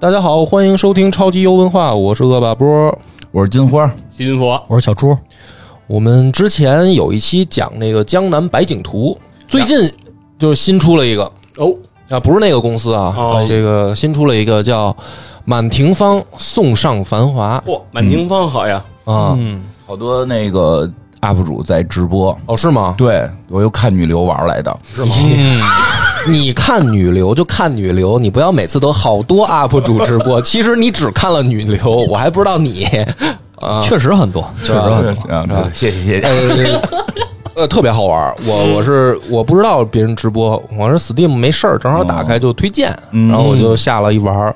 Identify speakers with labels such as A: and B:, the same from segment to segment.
A: 大家好，欢迎收听超级优文化，我是恶霸波。
B: 我是金花，
C: 金佛
D: 我是小朱，
A: 我们之前有一期讲那个江南百景图，最近就是新出了一个
C: 哦，
A: 啊，不是那个公司啊，
C: 哦
A: 这个新出了一个叫满庭芳送上繁华
C: 嚯，满庭芳好呀！
A: 啊，
D: 嗯
B: 好多那个 UP 主在直播，
A: 哦是吗？
B: 对我又看女流玩来的，
A: 是吗？你看女流就看女流，你不要每次都好多 UP 主直播，其实你只看了女流，我还不知道你啊，
D: 确实很多，确实很多。
B: 啊，对哎谢谢谢谢。
A: 呃，呃，特别好玩儿。我我是我不知道别人直播，我是 Steam 没事儿，正好打开就推荐，然后我就下了一玩儿。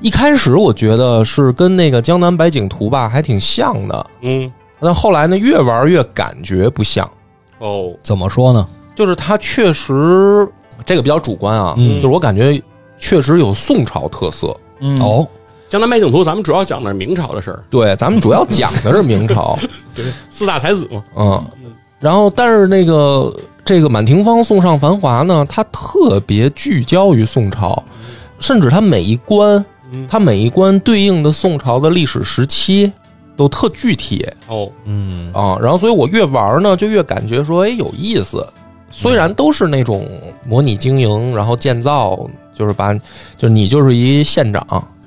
A: 一开始我觉得是跟那个《江南百景图》吧，还挺像的，
C: 嗯，
A: 但后来呢，越玩越感觉不像，
C: 哦，
D: 怎么说呢？
A: 就是它确实这个比较主观啊，
D: 嗯
A: 就是我感觉确实有宋朝特色。
D: 哦，
C: 江南百景图，咱们主要讲的是明朝的事儿，
A: 对，咱们主要讲的是明朝，
C: 四大才子嘛。
A: 嗯，然后但是那个这个满庭芳送上繁华呢，它特别聚焦于宋朝，甚至它每一关，
C: 嗯，
A: 它每一关对应的宋朝的历史时期都特具体
C: 哦，
D: 嗯，
A: 啊。然后所以我越玩呢，就越感觉说，哎，有意思。虽然都是那种模拟经营，然后建造，就是把，就是你就是一县长，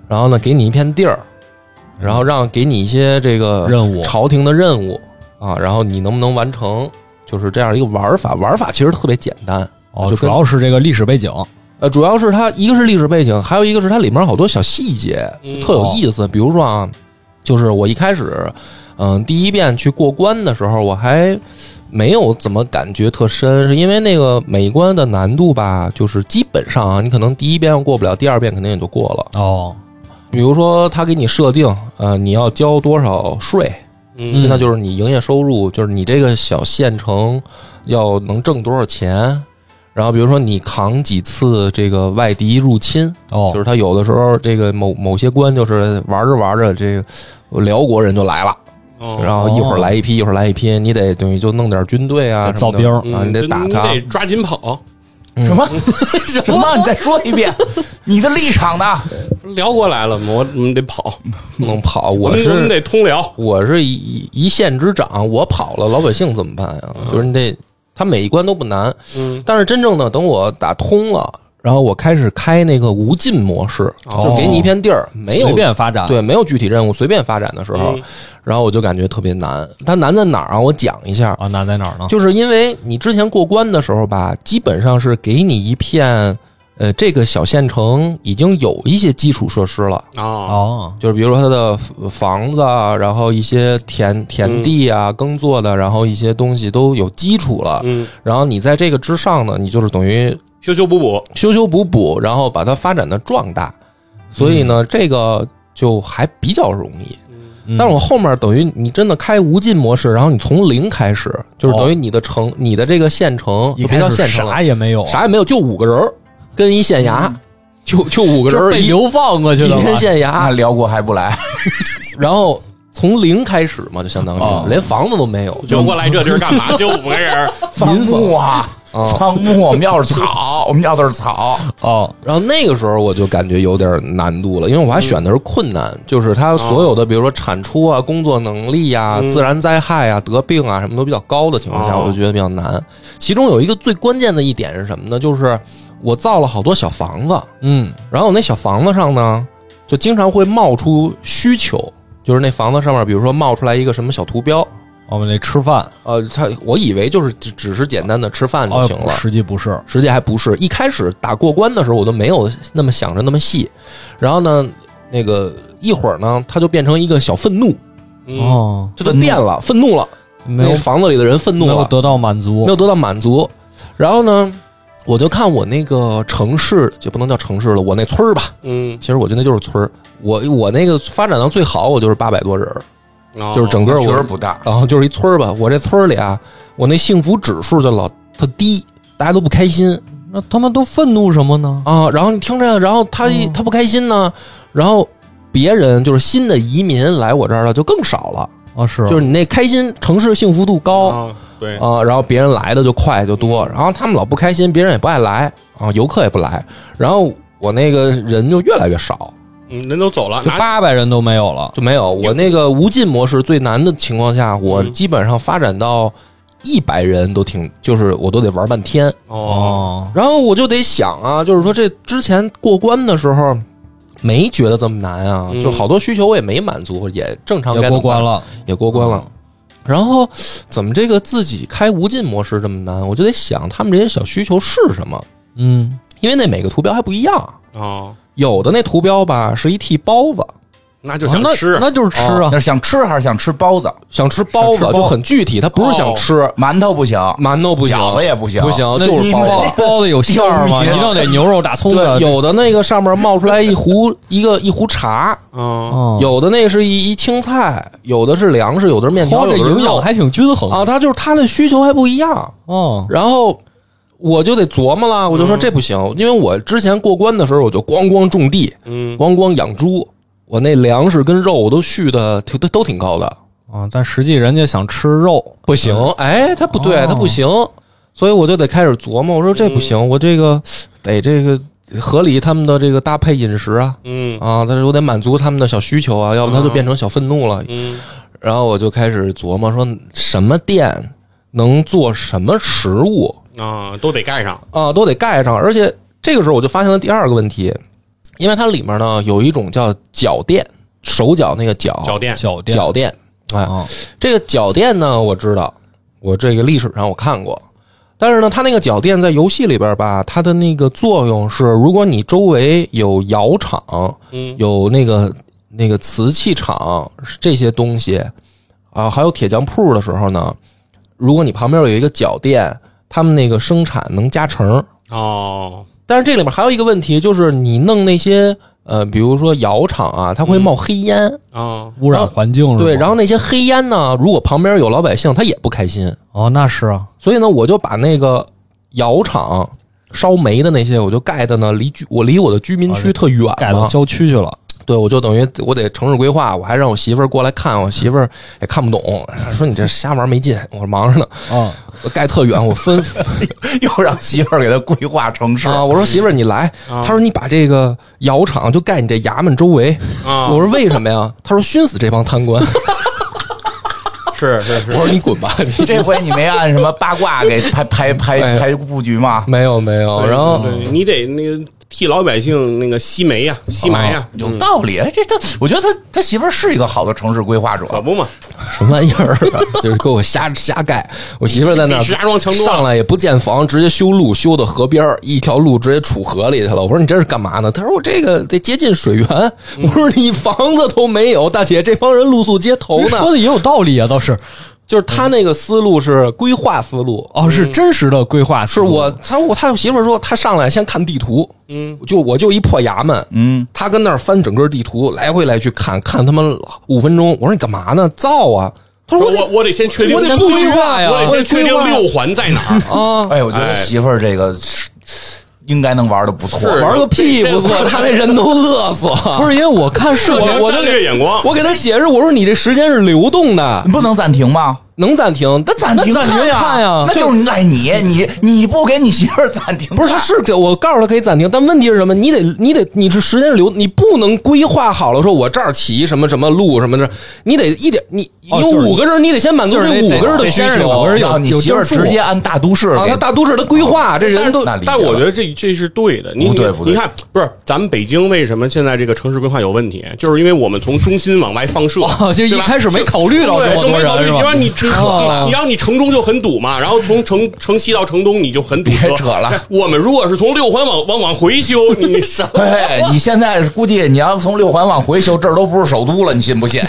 A: 然后呢给你一片地儿，然后让给你一些这个
D: 任务
A: 朝廷的任务啊，然后你能不能完成，就是这样一个玩法。玩法其实特别简单，
D: 哦，
A: 就
D: 主
A: 跟
D: 要是这个历史背景，
A: 呃，主要是它一个是历史背景，还有一个是它里面好多小细节
C: 嗯
A: 特有意思。比如说啊，就是我一开始，嗯、第一遍去过关的时候，我还没有怎么感觉特深，是因为那个每一关的难度吧，就是基本上啊，你可能第一遍过不了，第二遍肯定也就过了。
D: 哦，
A: 比如说，他给你设定，呃，你要交多少税，
C: 嗯
A: 那就是你营业收入，就是你这个小县城要能挣多少钱。然后比如说你扛几次这个外敌入侵，
D: 哦，
A: 就是他有的时候这个某某些关就是玩着玩着，这个辽国人就来了，
C: 哦
A: 然后一会儿来一批，一会儿来一批，你得等于就弄点军队啊，
D: 造
A: 什么的
D: 兵儿
A: 啊，
C: 嗯
A: 你得打
C: 你
A: 他。
C: 得抓紧跑。
D: 嗯
B: 什 么什么？你再说一遍，你的立场呢？
C: 辽国来了嘛，我我们得跑，
A: 能跑，我
C: 我们我们
A: 是
C: 得通辽。
A: 我是一一县之长，我跑了，老百姓怎么办呀？
D: 嗯
A: 就是你得，他每一关都不难，
C: 嗯，
A: 但是真正的等我打通了，然后我开始开那个无尽模式，
C: 哦
A: 就是给你一片地儿，没有
D: 随便发展，
A: 对没有具体任务，随便发展的时候，
C: 嗯
A: 然后我就感觉特别难。它难在哪儿啊？我讲一下，
D: 啊，难在哪儿呢？
A: 就是因为你之前过关的时候吧，基本上是给你一片，呃，这个小县城已经有一些基础设施了。
C: 啊，
D: 哦，
A: 就是比如说它的房房子啊，然后一些田田地啊、耕作的，然后一些东西都有基础了。
C: 嗯，
A: 然后你在这个之上呢，你就是等于
C: 修修补补，
A: 修修补补，然后把它发展的壮大。所以呢，这个就还比较容易。
D: 嗯
A: 但是我后面等于你真的开无尽模式，然后你从零开始，就是等于你的城、你的这个县城，
D: 哦一
A: 别
D: 开
A: 叫
D: 始
A: 县城了啊
D: 啥也没有，啊嗯
A: 啥也没有，就五个人儿跟一县衙，就就五个人
D: 就是
A: 儿
D: 被
A: 一
D: 流放过去
A: 一
D: 的吧，
A: 跟县
B: 那
A: 衙，
B: 辽国还不来？
A: 然后从零开始嘛，就相当于、
C: 哦
A: 连房子都没有，
C: 辽国来这地儿干 嘛？就五个人儿，
B: 放牧啊，
A: 啊
B: 放牧，我们要是草， 我们要的是草。
D: 哦，
A: 然后那个时候我就感觉有点难度了，因为我还选的是困难，就是它所有的，比如说产出啊、工作能力呀、
C: 嗯
A: 自然灾害啊、得病啊什么都比较高的情况下，
C: 哦
A: 我就觉得比较难。其中有一个最关键的一点是什么呢？就是我造了好多小房子，
D: 嗯，
A: 然后我那小房子上呢，就经常会冒出需求，就是那房子上面，比如说冒出来一个什么小图标。
D: 哦我们得吃饭，
A: 呃，它我以为就是只只是简单的吃饭就
D: 哦
A: 行，了，
D: 实际不是，
A: 实际还不是。一开始打过关的时候，我都没有那么想着那么细。然后呢，那个一会儿呢，它就变成一个小愤怒，
C: 嗯，
D: 哦，
A: 这就变了，愤怒了。
D: 没有
A: 那房子里的人愤怒
D: 没有
A: 了，
D: 得到满
A: 没
D: 足，
A: 有得到满足。然后呢，我就看我那个城市，就不能叫城市了，我那村儿吧。
C: 嗯，
A: 其实我觉得那就是村儿。我我那个发展到最好，我就是八百多人儿，
C: 哦
A: 就是整个
B: 确实
A: 我，
B: 不大，
A: 然后就是一村儿吧。我这村儿里啊，我那幸福指数就老特低，大家都不开心。
D: 那他们都愤怒什么呢？
A: 啊，然后你听着，然后他一、他不开心呢，然后别人就是新的移民来我这儿了就更少了，
D: 啊，是，
A: 就是你那开心城市幸福度高
C: 哦，对，
A: 啊，然后别人来的就快就多，然后他们老不开心，别人也不爱来啊，游客也不来，然后我那个人就越来越少，
C: 嗯人都走了，
D: 就
C: 拿
D: 八百人都没有了。
A: 就没有。我那个无尽模式最难的情况下，我基本上发展到一百人都挺，就是我都得玩半天。
C: 哦，
D: 哦，
A: 然后我就得想啊，就是说这之前过关的时候没觉得这么难啊，
C: 嗯
A: 就好多需求我也没满足，也正常
D: 也
A: 该
D: 过关
A: 了，
D: 了，嗯
A: 也过关了。然后怎么这个自己开无尽模式这么难？我就得想他们这些小需求是什么，
D: 嗯，
A: 因为那每个图标还不一样，
C: 哦，
A: 有的那图标吧是一屉包子，
C: 那就想
D: 啊那
A: 哦
C: 吃，
D: 那就是吃啊
B: 哦
D: 哦
B: 那，是想吃还是想吃包子？哦
A: 想吃包子
D: 想吃包子哦
A: 就很具体，他不是想吃、
B: 馒头不行，
D: 嗯
A: 馒头不行，
B: 饺子也不行，
A: 不行，
D: 那
A: 就是
D: 你
A: 包子
D: 包。 包子有馅 儿吗？
B: 刁
D: 一
B: 民
D: 定得牛肉、大葱啊的
A: 对，。有的那个上面冒出来一 壶一个一壶茶，
C: 嗯，
D: 哦
A: 有的那是一一青菜，有的是粮食，有的是面条，
D: 嚯
A: 有
D: 这
A: 的是
D: 营
A: 肉
D: 养还挺均衡
A: 啊，它就是它的需求还不一样。
D: 哦，
A: 然后我就得琢磨了，我就说这不行，因为我之前过关的时候，我就咣咣种地，
C: 嗯
A: 咣咣养猪，我那粮食跟肉我都蓄的挺都都挺高的，
D: 啊，但实际人家想吃肉，
A: 不行，哎，它不对，
D: 哦
A: 它不行，所以我就得开始琢磨，我说这不行，我这个得这个合理他们的这个搭配饮食啊。
C: 嗯
A: 啊，但是我得满足他们的小需求啊，要不他就变成小愤怒了。
C: 嗯
A: 然后我就开始琢磨说，什么店能做什么食物
C: 啊，都得盖上，
A: 啊，都得盖上。而且这个时候我就发现了第二个问题，因为它里面呢有一种叫脚店，手脚那个脚
C: 脚垫，
D: 小店
A: 脚店，哎，
D: 啊，
A: 这个脚店呢，我知道，我这个历史上我看过。但是呢，它那个脚店在游戏里边吧，它的那个作用是，如果你周围有窑厂，
C: 嗯
A: 有那个那个瓷器厂这些东西啊，还有铁匠铺的时候呢，如果你旁边有一个脚店，他们那个生产能加成。
C: 哦，
A: 但是这里面还有一个问题，就是你弄那些呃，比如说窑厂啊，它会冒黑烟，
C: 哦，
D: 污染环境是吗？
A: 对，然后那些黑烟呢，如果旁边有老百姓，他也不开心。
D: 哦，那是啊，
A: 所以呢，我就把那个窑厂烧煤的那些，我就盖的呢，离居我离我的居
C: 啊
A: 民区特远
D: 改到
A: 嘛。
D: 郊区去了，
A: 对，我就等于我得城市规划，我还让我媳妇儿过来看，我媳妇儿也看不懂，说你这瞎玩没劲。我说忙着呢，
D: 啊，
A: 我盖特远，我 分
B: 又让媳妇儿给他规划城市。
D: 哦
A: 啊。我说媳妇儿你来，她说你把这个窑厂就盖你这衙门周围。
C: 啊
A: 我说为什么呀？她说熏死这帮贪 官。
C: 是 是
A: 我
C: 是，
A: 说你滚吧， 你
B: 这回你没按什么八卦给排排排
A: 哎
B: 排布局吗？
A: 没有没有，然后
C: 对你得那个替老百姓那个吸煤呀，吸霾呀，嗯
B: 有道理，哎，这他，我觉得他他媳妇儿是一个好的城市规划者，
C: 可不嘛，
A: 什么玩意儿啊？ 就是给我瞎瞎盖。我媳妇儿在那儿
C: 比石家庄强多了
A: 上来也不建房，直接修路，修到河边儿，一条路直接杵河里去了。我说你这是干嘛呢？她说我这个得接近水源。我说你房子都没有，大姐，这帮人露宿街头
D: 人
A: 呢
D: 说。的也有道理啊，倒是
A: 就是他那个思路是规划思路，
D: 哦，是真实的规划思
A: 嗯是
D: 路，
A: 我他我他有媳妇儿说他上来先看地图，
C: 嗯，
A: 就我就一破衙门，
B: 嗯，
A: 他跟那儿翻整个地图，来回来去看看他妈五分钟。我说你干嘛呢？造啊！他说我
C: 我我得先确定，
A: 我得规划呀
C: 我得
A: 我
C: 先
A: 得
C: 确
A: 规
C: 定
A: 划
C: 六环在哪儿。
A: 啊，
B: 哎，我觉得媳妇儿这个是应该能玩的不错，
C: 是
A: 玩个屁
C: 这
A: 不错，他那人都饿死了。
D: 不是因为我看是
C: 我
A: 我我
C: 战略眼光，
A: 我给他解释，我说你这时间是流动的
B: 你，不能暂停吗？
A: 能暂停，那
B: 那暂停
A: 暂停
B: 看
A: 看呀。
B: 那就是赖你，你你不给你媳妇儿暂停看，
A: 不是，他是这，我告诉他可以暂停，但问题是什么？你得，你得，你是时间是流，你不能规划好了，说我这儿起什么什么路什么的，你得一点，你你
D: 哦
A: 有
D: 就是
A: 五个人，你得先满足
D: 就是
A: 这
D: 得
A: 五个人的
D: 得
A: 需
D: 先是
A: 求
D: 五个人有
B: 让你媳妇儿直接按大都市
A: 啊！
B: 给
A: 他大都市的规划，这人都
B: 那理解了
C: 但我觉得这这是对的，你
B: 不对
C: 你
B: 不对
C: 你看，不是咱们北京为什么现在这个城市规划有问题，就是因为我们从中心往外放射，
D: 哦就一
C: 对吧
D: 开始没考虑到
C: 对
D: 这
C: 就
D: 么多
C: 没考虑
D: 人是吧
C: 你让你城，
D: 哦
C: 你让你城中就很堵嘛，然后从城城西到城东你就很堵车。
B: 别扯了
C: 我们如果是从六环往往往回修，你你什么？
B: 哎，你现在估计你要从六环往回修，这儿都不是首都了，你信不信？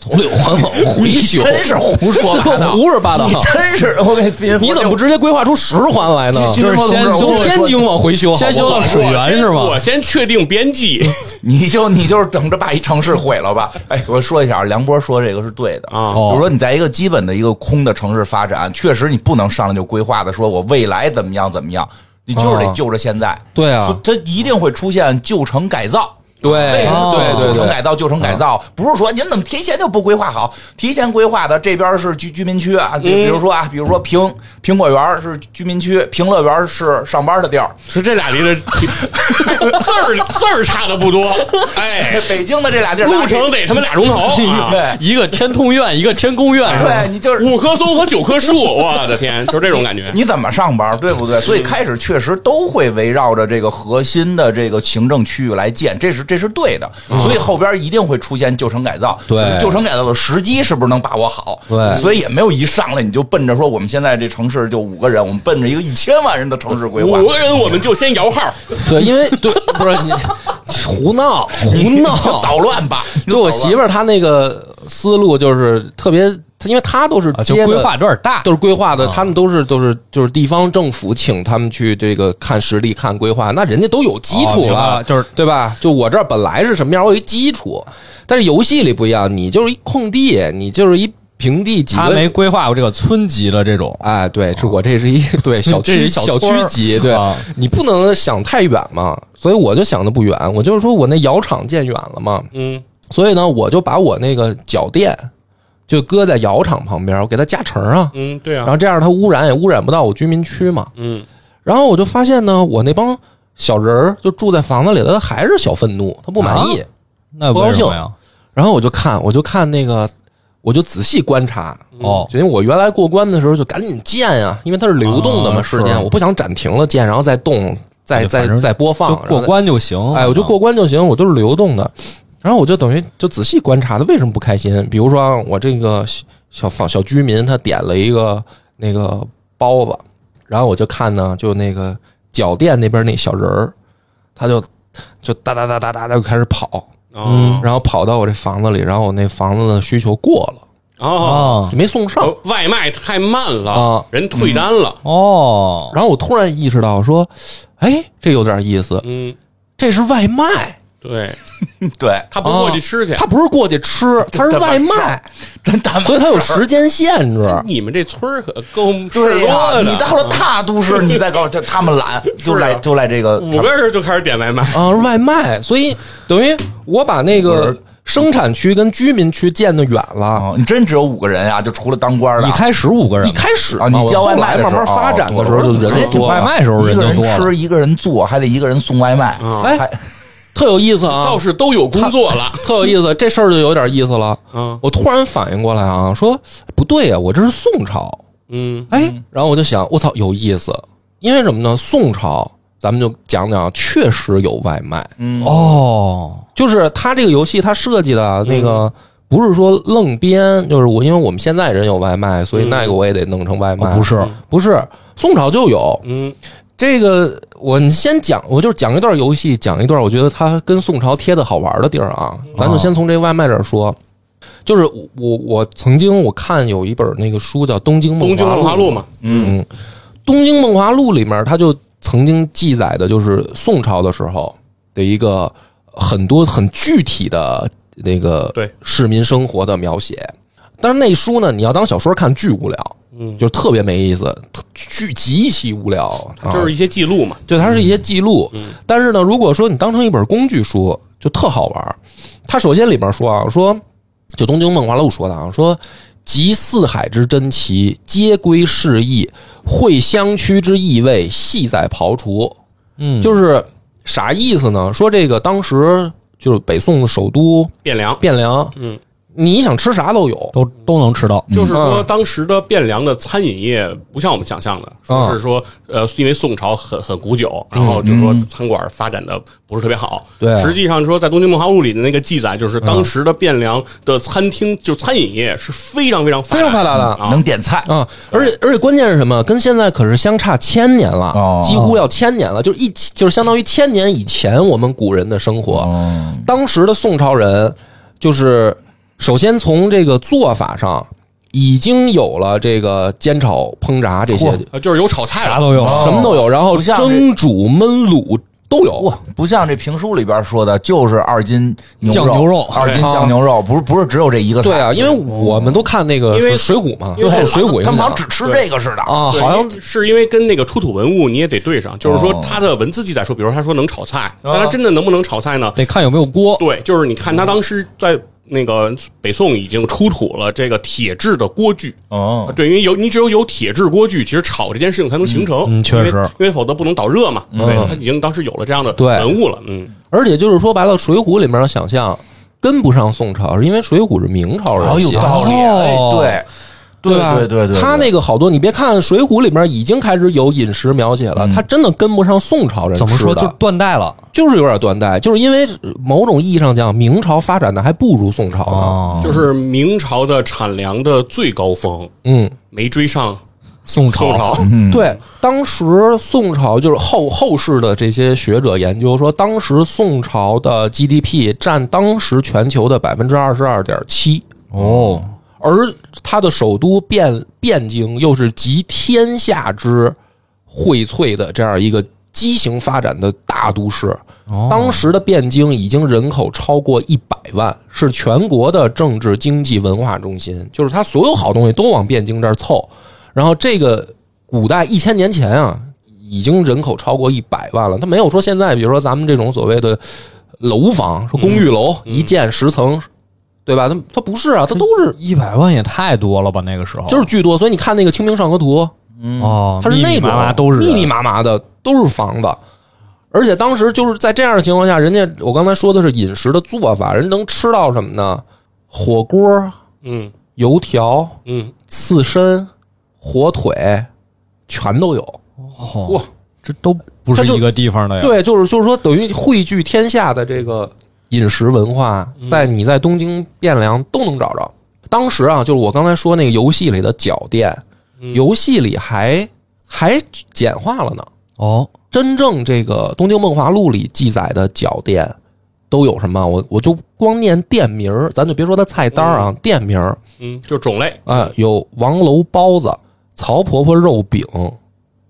A: 从六环往回
B: 你
A: 修，
B: 真是胡说八道，
A: 胡说八道
B: 你真是我给
A: 你怎么不直接规划出十环来呢？
B: 就是先
A: 从天津往回修，
D: 先修到水源是吗
C: 我先我先确定边际
B: 你就你就是等着把一城市毁了吧？哎，我说一下，梁波说这个是对的
C: 啊
B: 比如说你在一个基本的一个空的城市发展，确实你不能上来就规划的说我未来怎么样怎么样，你就是得
A: 啊
B: 就着现在。
A: 对啊
B: 所以它一定会出现旧城改造。 哎
A: 对
D: 哦
A: 对对
B: 旧城
A: 对，
B: 改造，旧城改造，不是说您怎么提前就不规划好？提前规划的这边是居居民区啊，比比如说啊，比如说苹苹果园是居民区，平乐园是上班的地儿。
C: 是这俩离 的字儿字儿差的不多， 哎，
B: 北京的这俩地儿，
C: 路程得他妈俩钟头啊！
B: 对
D: 一个天通苑，一个天宫苑，是吧？
B: 对，你就是
C: 五棵松和九棵树，我的天，就是这种感觉。
B: 你怎么上班，对不对？所以开始确实都会围绕着这个核心的这个行政区域来建，这是这是对的。所以后边一定会出现旧城改造，
A: 对
B: 就是旧城改造的时机是不是能把握好？
A: 对
B: 所以也没有一上来你就奔着说我们现在这城市就五个人，我们奔着一个一千万人的城市规划。
C: 五个人我们就先摇号，
A: 对，因为对，不是你胡闹胡
B: 你
A: 闹
B: 就，捣乱吧！ 你
A: 就我
B: 捣乱
A: 媳妇儿她那个思路就是特别，她因为她都是
D: 啊就
A: 接的
D: 规划啊有点大
A: 都，是规划的，他们都是都是就是地方政府请他们去这个看实力、看规划，那人家都有基
D: 哦
A: 础
D: 明白了就是
A: 对吧？就我这儿本来是什么样，我有一基础，但是游戏里不一样，你就是一空地，你就是一平地几
D: 他
A: 个
D: 没。规划过这个村级的这种，
A: 哎，对，是我这是一 对小
D: 啊 这是
A: 区
D: 一小
A: 小区
D: 村儿
A: 级，对
D: 啊
A: 你不能想太远嘛，所以我就想的不远，我就是说我那窑厂建远了嘛，
C: 嗯，
A: 所以呢，我就把我那个脚垫就搁在窑厂旁边，我给它加成啊，
C: 嗯，对
A: 然
C: 啊，
A: 后这样它污染也污染不到我居民区嘛。
C: 嗯，
A: 然后我就发现呢，我那帮小人儿就住在房子里的，他还是小愤怒，他不满意。
D: 啊那
A: 不高
D: 为什
A: 兴
D: 么呀？
A: 然后我就看，我就看那个，我就仔细观察。
D: 哦，
A: 因为我原来过关的时候就赶紧建啊，因为它是流动的嘛，
D: 啊
A: 时间
D: 是
A: 我不想暂停了建，然后再动，再
D: 就
A: 再
D: 反正
A: 再播放，
D: 就
A: 然后
D: 过
A: 再
D: 关就行。啊
A: 哎，我就过关就行，我都是流动的。然后我就等于就仔细观察他为什么不开心。比如说啊我这个小小房小居民，他点了一个那个包子，然后我就看呢，就那个脚店那边那小人儿，他就就哒哒哒哒哒哒就开始跑，
C: 哦
A: 然后跑到我这房子里，然后我那房子的需求过了，
C: 哦，
D: 啊
A: 就没送上。
C: 哦外卖太慢了
A: 啊，
C: 人退单了，
D: 哦，
A: 然后我突然意识到说，哎，这有点意思，
C: 嗯，
A: 这是外卖，
C: 对
B: 对，
C: 他不过去吃去。
A: 他不是过去 吃，他是
B: 这么
A: 外
B: 事
A: 卖
B: 儿，真他妈
A: 所以它有时间限制。
C: 你们这村儿可够事
B: 对呀、
C: 多的，
B: 你到了大都市，你再搞这他们懒，就赖就赖这个
C: 五个人就开始点外卖，
A: 啊，外卖，所以等于我把那个生产区跟居民区建的远了。
B: 啊！你真只有五个人啊？就除了当官的啊，
D: 一开始五个人
A: 一，开始嘛
B: 啊你
A: 我
B: 叫外
A: 后
B: 卖
A: 来
B: 的
A: 慢
B: 时候
A: 慢发展的时候
B: 哦
A: 就人
B: 人
A: 就多
D: 外
A: 了，
D: 卖时候
B: 一
D: 人
B: 个
D: 就
B: 人
D: 多了。
B: 吃，一个人做，还得一个人送外卖，
C: 啊
B: 还
A: 哎，特有意思啊
C: 倒，是都有工作了，
A: 特有意思，这事儿就有点意思了。
C: 嗯
A: 我突然反应过来啊，说不对啊，我这是宋朝，
C: 嗯
A: 哎，然后我就想，我操，有意思，因为什么呢？宋朝咱们就讲讲，确实有外卖，
B: 嗯，
D: 哦，
A: 就是它这个游戏它设计的那个。不是说愣编，就是我，因为我们现在人有外卖，所以那个我也得弄成外卖。
D: 哦不是
A: 不是，宋朝就有
C: 嗯，
A: 这个。我你先讲，我就是讲一段游戏，讲一段我觉得它跟宋朝贴的好玩的地儿啊。咱就先从这外卖这儿说，就是我我我曾经我看有一本那个书叫《东京梦
C: 东京文
A: 华
C: 化
A: 录
C: 路》，嘛，
A: 嗯，《东京梦华录》里面它就曾经记载的就是宋朝的时候的一个很多很具体的那个
C: 对
A: 市民生活的描写。但是那书呢，你要当小说看，巨无聊，
C: 嗯
A: 就是特别没意思，特巨极其无聊，啊
C: 就是一些记录嘛，
A: 对，它是一些记录。但是呢，如果说你当成一本工具书，就特好玩儿。它首先里面说啊，说就《东京梦华录》说的啊，说集四海之珍奇，皆归市邑，会乡区之异味，系在庖厨。
D: 嗯，
A: 就是啥意思呢？说这个当时就是北宋的首都
C: 汴梁，
A: 汴梁，
C: 嗯，
A: 你想吃啥都有。
D: 都都能吃到。
A: 嗯
C: 就是说当时的汴梁的餐饮业不像我们想象的，
A: 嗯
C: 说是说呃，因为宋朝很很古久，然后就是说餐馆发展的不是特别好。
A: 嗯对嗯
C: 实际上说在《东京梦华录》里的那个记载，就是当时的汴梁的餐厅就餐饮业是非常非常
A: 非常发达的
C: 啊
B: 能点菜，
A: 啊，而且而且关键是什么？跟现在可是相差千年了，
B: 哦
A: 几乎要千年了，就是一就是相当于千年以前我们古人的生活。
B: 嗯，
A: 当时的宋朝人，就是首先从这个做法上已经有了这个煎炒烹炸这些，
B: 嚯
C: 呃，就是有炒菜
D: 啥
C: 了，
D: 都有，
B: 哦
A: 什么都有，然后
B: 不像这
A: 蒸煮焖卤都有。
B: 哇，嗯不像这评书里边说的，就是二斤牛
D: 酱牛肉
B: 二斤酱牛肉，不是不是只有这一个菜，
A: 对啊，因为我们都看那个
C: 因为
A: 水水浒嘛，
C: 因为
A: 受水浒
B: 他
A: 影
B: 们
A: 响
B: 好像只吃这个似的。嗯
A: 啊，
C: 对
A: 好
C: 因
A: 像
C: 为是因为跟那个出土文物你也得对上，就是
B: 哦
C: 说它的文字记载说，比如说他说能炒菜，
A: 哦
C: 但他真的能不能炒菜呢？
A: 嗯
D: 得看有没有锅。
C: 对，就是你看他当时在那个北宋已经出土了这个铁制的锅具，
B: 哦，
C: 对，因为有你只有有铁制锅具，其实炒这件事情才能形成，
D: 嗯嗯确
C: 因为
D: 实
C: 因为否则不能导热嘛。对，他已经当时有了这样的
A: 对
C: 文物了，嗯，
A: 而且就是说白了，《水浒》里面的想象跟不上宋朝，是因为《水浒》是明朝人
B: 好有
A: 写的。
B: 道理，
D: 哦
B: 哎，对，
A: 吧？
B: 对对对对，
A: 啊他那个好多，你别看《水浒》里面已经开始有饮食描写
B: 嗯
A: 了，他真的跟不上宋朝人
D: 怎么
A: 吃
D: 说
A: 的
D: 就断代了
A: 就是有点断代，就是因为呃某种意义上讲，明朝发展的还不如宋朝呢。
B: 啊
D: 哦，
C: 就是明朝的产粮的最高峰
A: 嗯，
C: 没追上
D: 宋
C: 宋朝，
B: 嗯
A: 对，当时宋朝就是后后世的这些学者研究说，当时宋朝的 GDP 占当时全球的百分之二十二点七，
D: 哦，
A: 而它的首都汴汴京又是集天下之荟萃的这样一个畸形发展的大都市。当时的汴京已经人口超过一百万，是全国的政治、经济、文化中心，就是它所有好东西都往汴京这儿凑。然后这个古代一千年前啊，已经人口超过一百万了，它没有说现在，比如说咱们这种所谓的楼房，说公寓楼、一建十层，对吧？它它不是啊，它都是
D: 一百万也太多了吧？那个时候
A: 就是巨多，所以你看那个《清明上河图》，
D: 哦，
A: 它是
D: 密密
A: 那种
D: 麻麻都是
A: 密
D: 人
A: 密麻麻的都是啊房子，而且当时就是在这样的情况下，人家我刚才说的是饮食的做法，人能吃到什么呢？火锅、
C: 嗯
A: 油条、
C: 嗯，
A: 刺身、火腿，全都有。
D: 哇，这都哦不
A: 它
D: 是
A: 就
D: 一个地方的呀。
A: 对，就是就是说，等于汇聚天下的这个饮食文化，在你在东京汴梁都能找着。当时啊，就是我刚才说那个游戏里的脚店，游戏里还还简化了呢。
D: 哦，
A: 真正这个《东京梦华录》里记载的脚店都有什么？我我就光念店名儿，咱就别说它菜单儿啊，店名儿
C: 嗯，就种类，
A: 啊、哎有王楼包子、曹婆婆肉饼、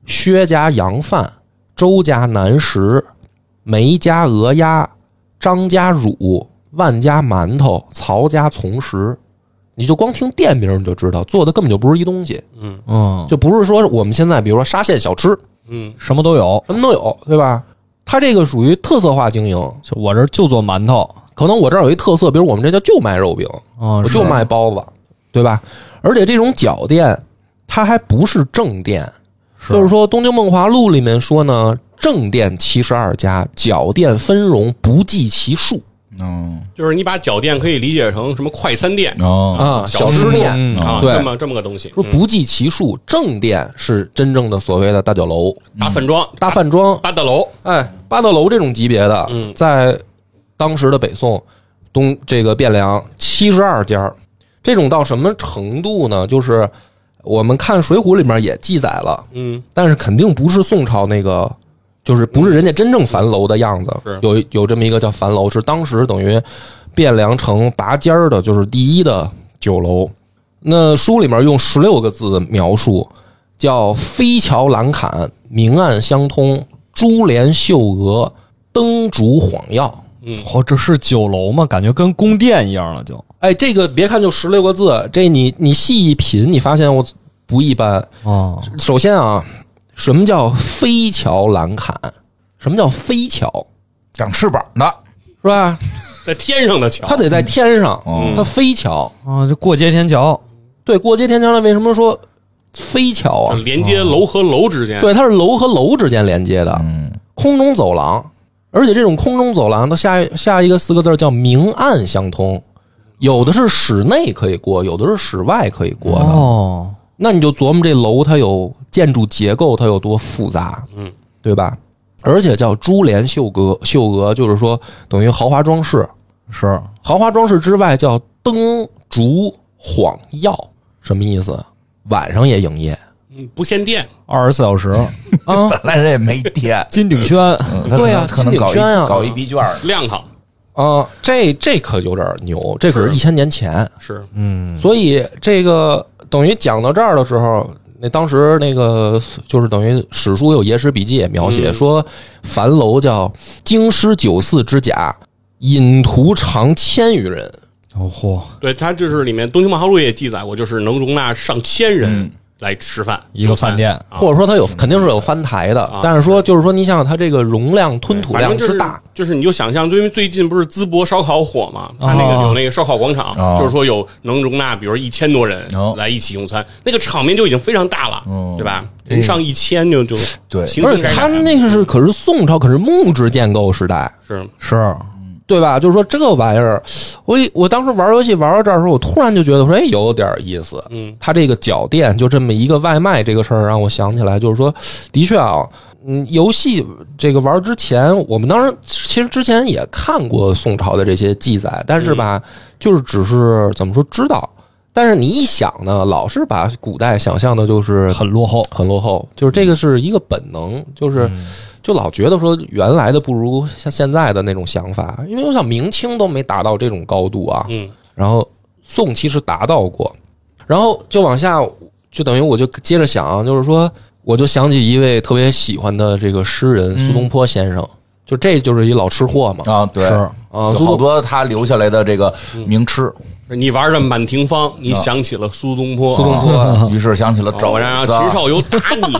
A: 薛家羊饭、周家南食、梅家鹅鸭、张家乳、万家馒头、曹家从食。你就光听店名儿你就知道，做的根本就不是一东西，
D: 嗯，
A: 就不是说我们现在比如说沙县小吃，
C: 嗯，
D: 什么都有。
A: 什么都有，对吧？它这个属于特色化经营，
D: 就我这儿就做馒头，
A: 可能我这儿有一特色，比如我们这叫就卖肉饼，
D: 嗯，
A: 啊我就是卖包子，对吧？而且这种饺店，它还不是正店，
D: 是
A: 就是说《东京梦华录》里面说呢，正店七十二家，饺店分融不计其数
B: 嗯
C: 就是你把饺店可以理解成什么快餐店
B: 哦，
A: 啊，小
C: 小
A: 吃
C: 吃
A: 店。
D: 嗯
C: 啊，
A: 对
C: 这么这么个东西，
A: 说
C: 嗯
A: 不计其数，正店是真正的所谓的大酒楼、
C: 大饭庄、
A: 大饭庄，
C: 八大楼，
A: 哎，八道楼这种级别的，
C: 嗯
A: 在当时的北宋东这个汴梁七十二家儿，这种到什么程度呢？就是我们看《水浒》里面也记载了，
C: 嗯，
A: 但是肯定不是宋朝那个，就是不是人家真正樊楼的样子。
C: 是
A: 有有这么一个叫樊楼，是当时等于汴梁城拔尖儿的，就是第一的酒楼。那书里面用十六个字描述，叫飞桥栏坎，明暗相通，珠帘绣额，灯烛晃耀。
D: 哦，这是酒楼吗？感觉跟宫殿一样了，就
A: 哎，这个别看就十六个字，这你你细一品，你发现我不一般。
D: 哦，
A: 首先啊，什么叫飞桥栏坎？什么叫飞桥？
B: 长翅膀的，
A: 是吧？
C: 在天上的
A: 它
C: 桥，
A: 得在天上，
B: 嗯
A: 它飞桥。
D: 啊，这过街天桥，
A: 对，过街天桥那为什么说飞桥啊？
C: 连接楼和楼之间，
A: 对，它是楼和楼之间连接的
B: 嗯，
A: 空中走廊，而且这种空中走廊，它下一下一个四个字儿叫明暗相通，有的是室内可以过，有的是室外可以过的。
D: 哦，
A: 那你就琢磨这楼它有建筑结构它有多复杂，
C: 嗯，
A: 对吧？而且叫珠帘绣阁，绣额就是说等于豪华装饰，
D: 是
A: 豪华装饰之外叫灯烛晃耀，什么意思？晚上也营业
C: 嗯，不限电，
D: 二十四 小时，
A: 啊？
B: 本来人也没天，
D: 金鼎轩
B: 嗯他
A: 对啊
B: 可能可能
A: 金鼎
B: 搞一
A: 轩啊
B: 搞一笔卷儿
C: 亮堂
A: 啊，这这可有点牛，这可是嗯
C: 是
A: 一千年前，
C: 是
A: 所以这个等于讲到这儿的时候，那当时那个就是等于史书有野史笔记也描写、说，樊楼叫京师九寺之甲，引徒长千余人。
D: 哦嚯，
C: 对，它就是里面《东京梦航录》也记载过，就是能容纳上千人来吃饭，
D: 一个
C: 就餐
D: 饭店
C: 啊
A: 或者说它有肯定是有翻台的，但是说就是说，你想想它这个容量吞吐
C: 反
A: 量
C: 正就
A: 之
C: 是
A: 大，
C: 就是你就想象，因为最近不是淄博烧烤火嘛，它那个
D: 哦
C: 有那个烧烤广场，
B: 哦
C: 就是说有能容纳比如一千多人
B: 哦
C: 来一起用餐，那个场面就已经非常大了，
B: 嗯
C: 对吧？人上一千就就
B: 对
C: 形
A: 不
C: 成
A: 是
C: 改
A: 它
C: 良
A: 那个是可是宋朝可是木质建构时代，
C: 是
D: 是
A: 对吧？就是说这个玩意儿，我一我当时玩游戏玩到这儿的时候，我突然就觉得说，哎，有点意思。
C: 嗯，
A: 它这个脚店就这么一个外卖这个事儿，让我想起来，就是说，的确啊，嗯，游戏这个玩之前，我们当时其实之前也看过宋朝的这些记载，但是吧，就是只是怎么说知道。但是你一想呢，老是把古代想象的就是
D: 很落后。
A: 很落后，就是这个是一个本能，就是就老觉得说原来的不如像现在的那种想法，因为我想明清都没达到这种高度啊，
C: 嗯，
A: 然后宋其实达到过，然后就往下就等于我就接着想，就是说我就想起一位特别喜欢的这个诗人苏东坡先生，就这就是一老吃货嘛，
B: 啊，对，
D: 是
A: 啊，嗯
B: 就
A: 苏
B: 好
A: 东
B: 多他留下来的这个名吃，
C: 你玩的满庭芳，你想起了苏东坡，
A: 苏东坡啊。
B: 于嗯是想起了
C: 我
B: 肘
C: 让
B: 子，啊
C: 啊秦少游打你，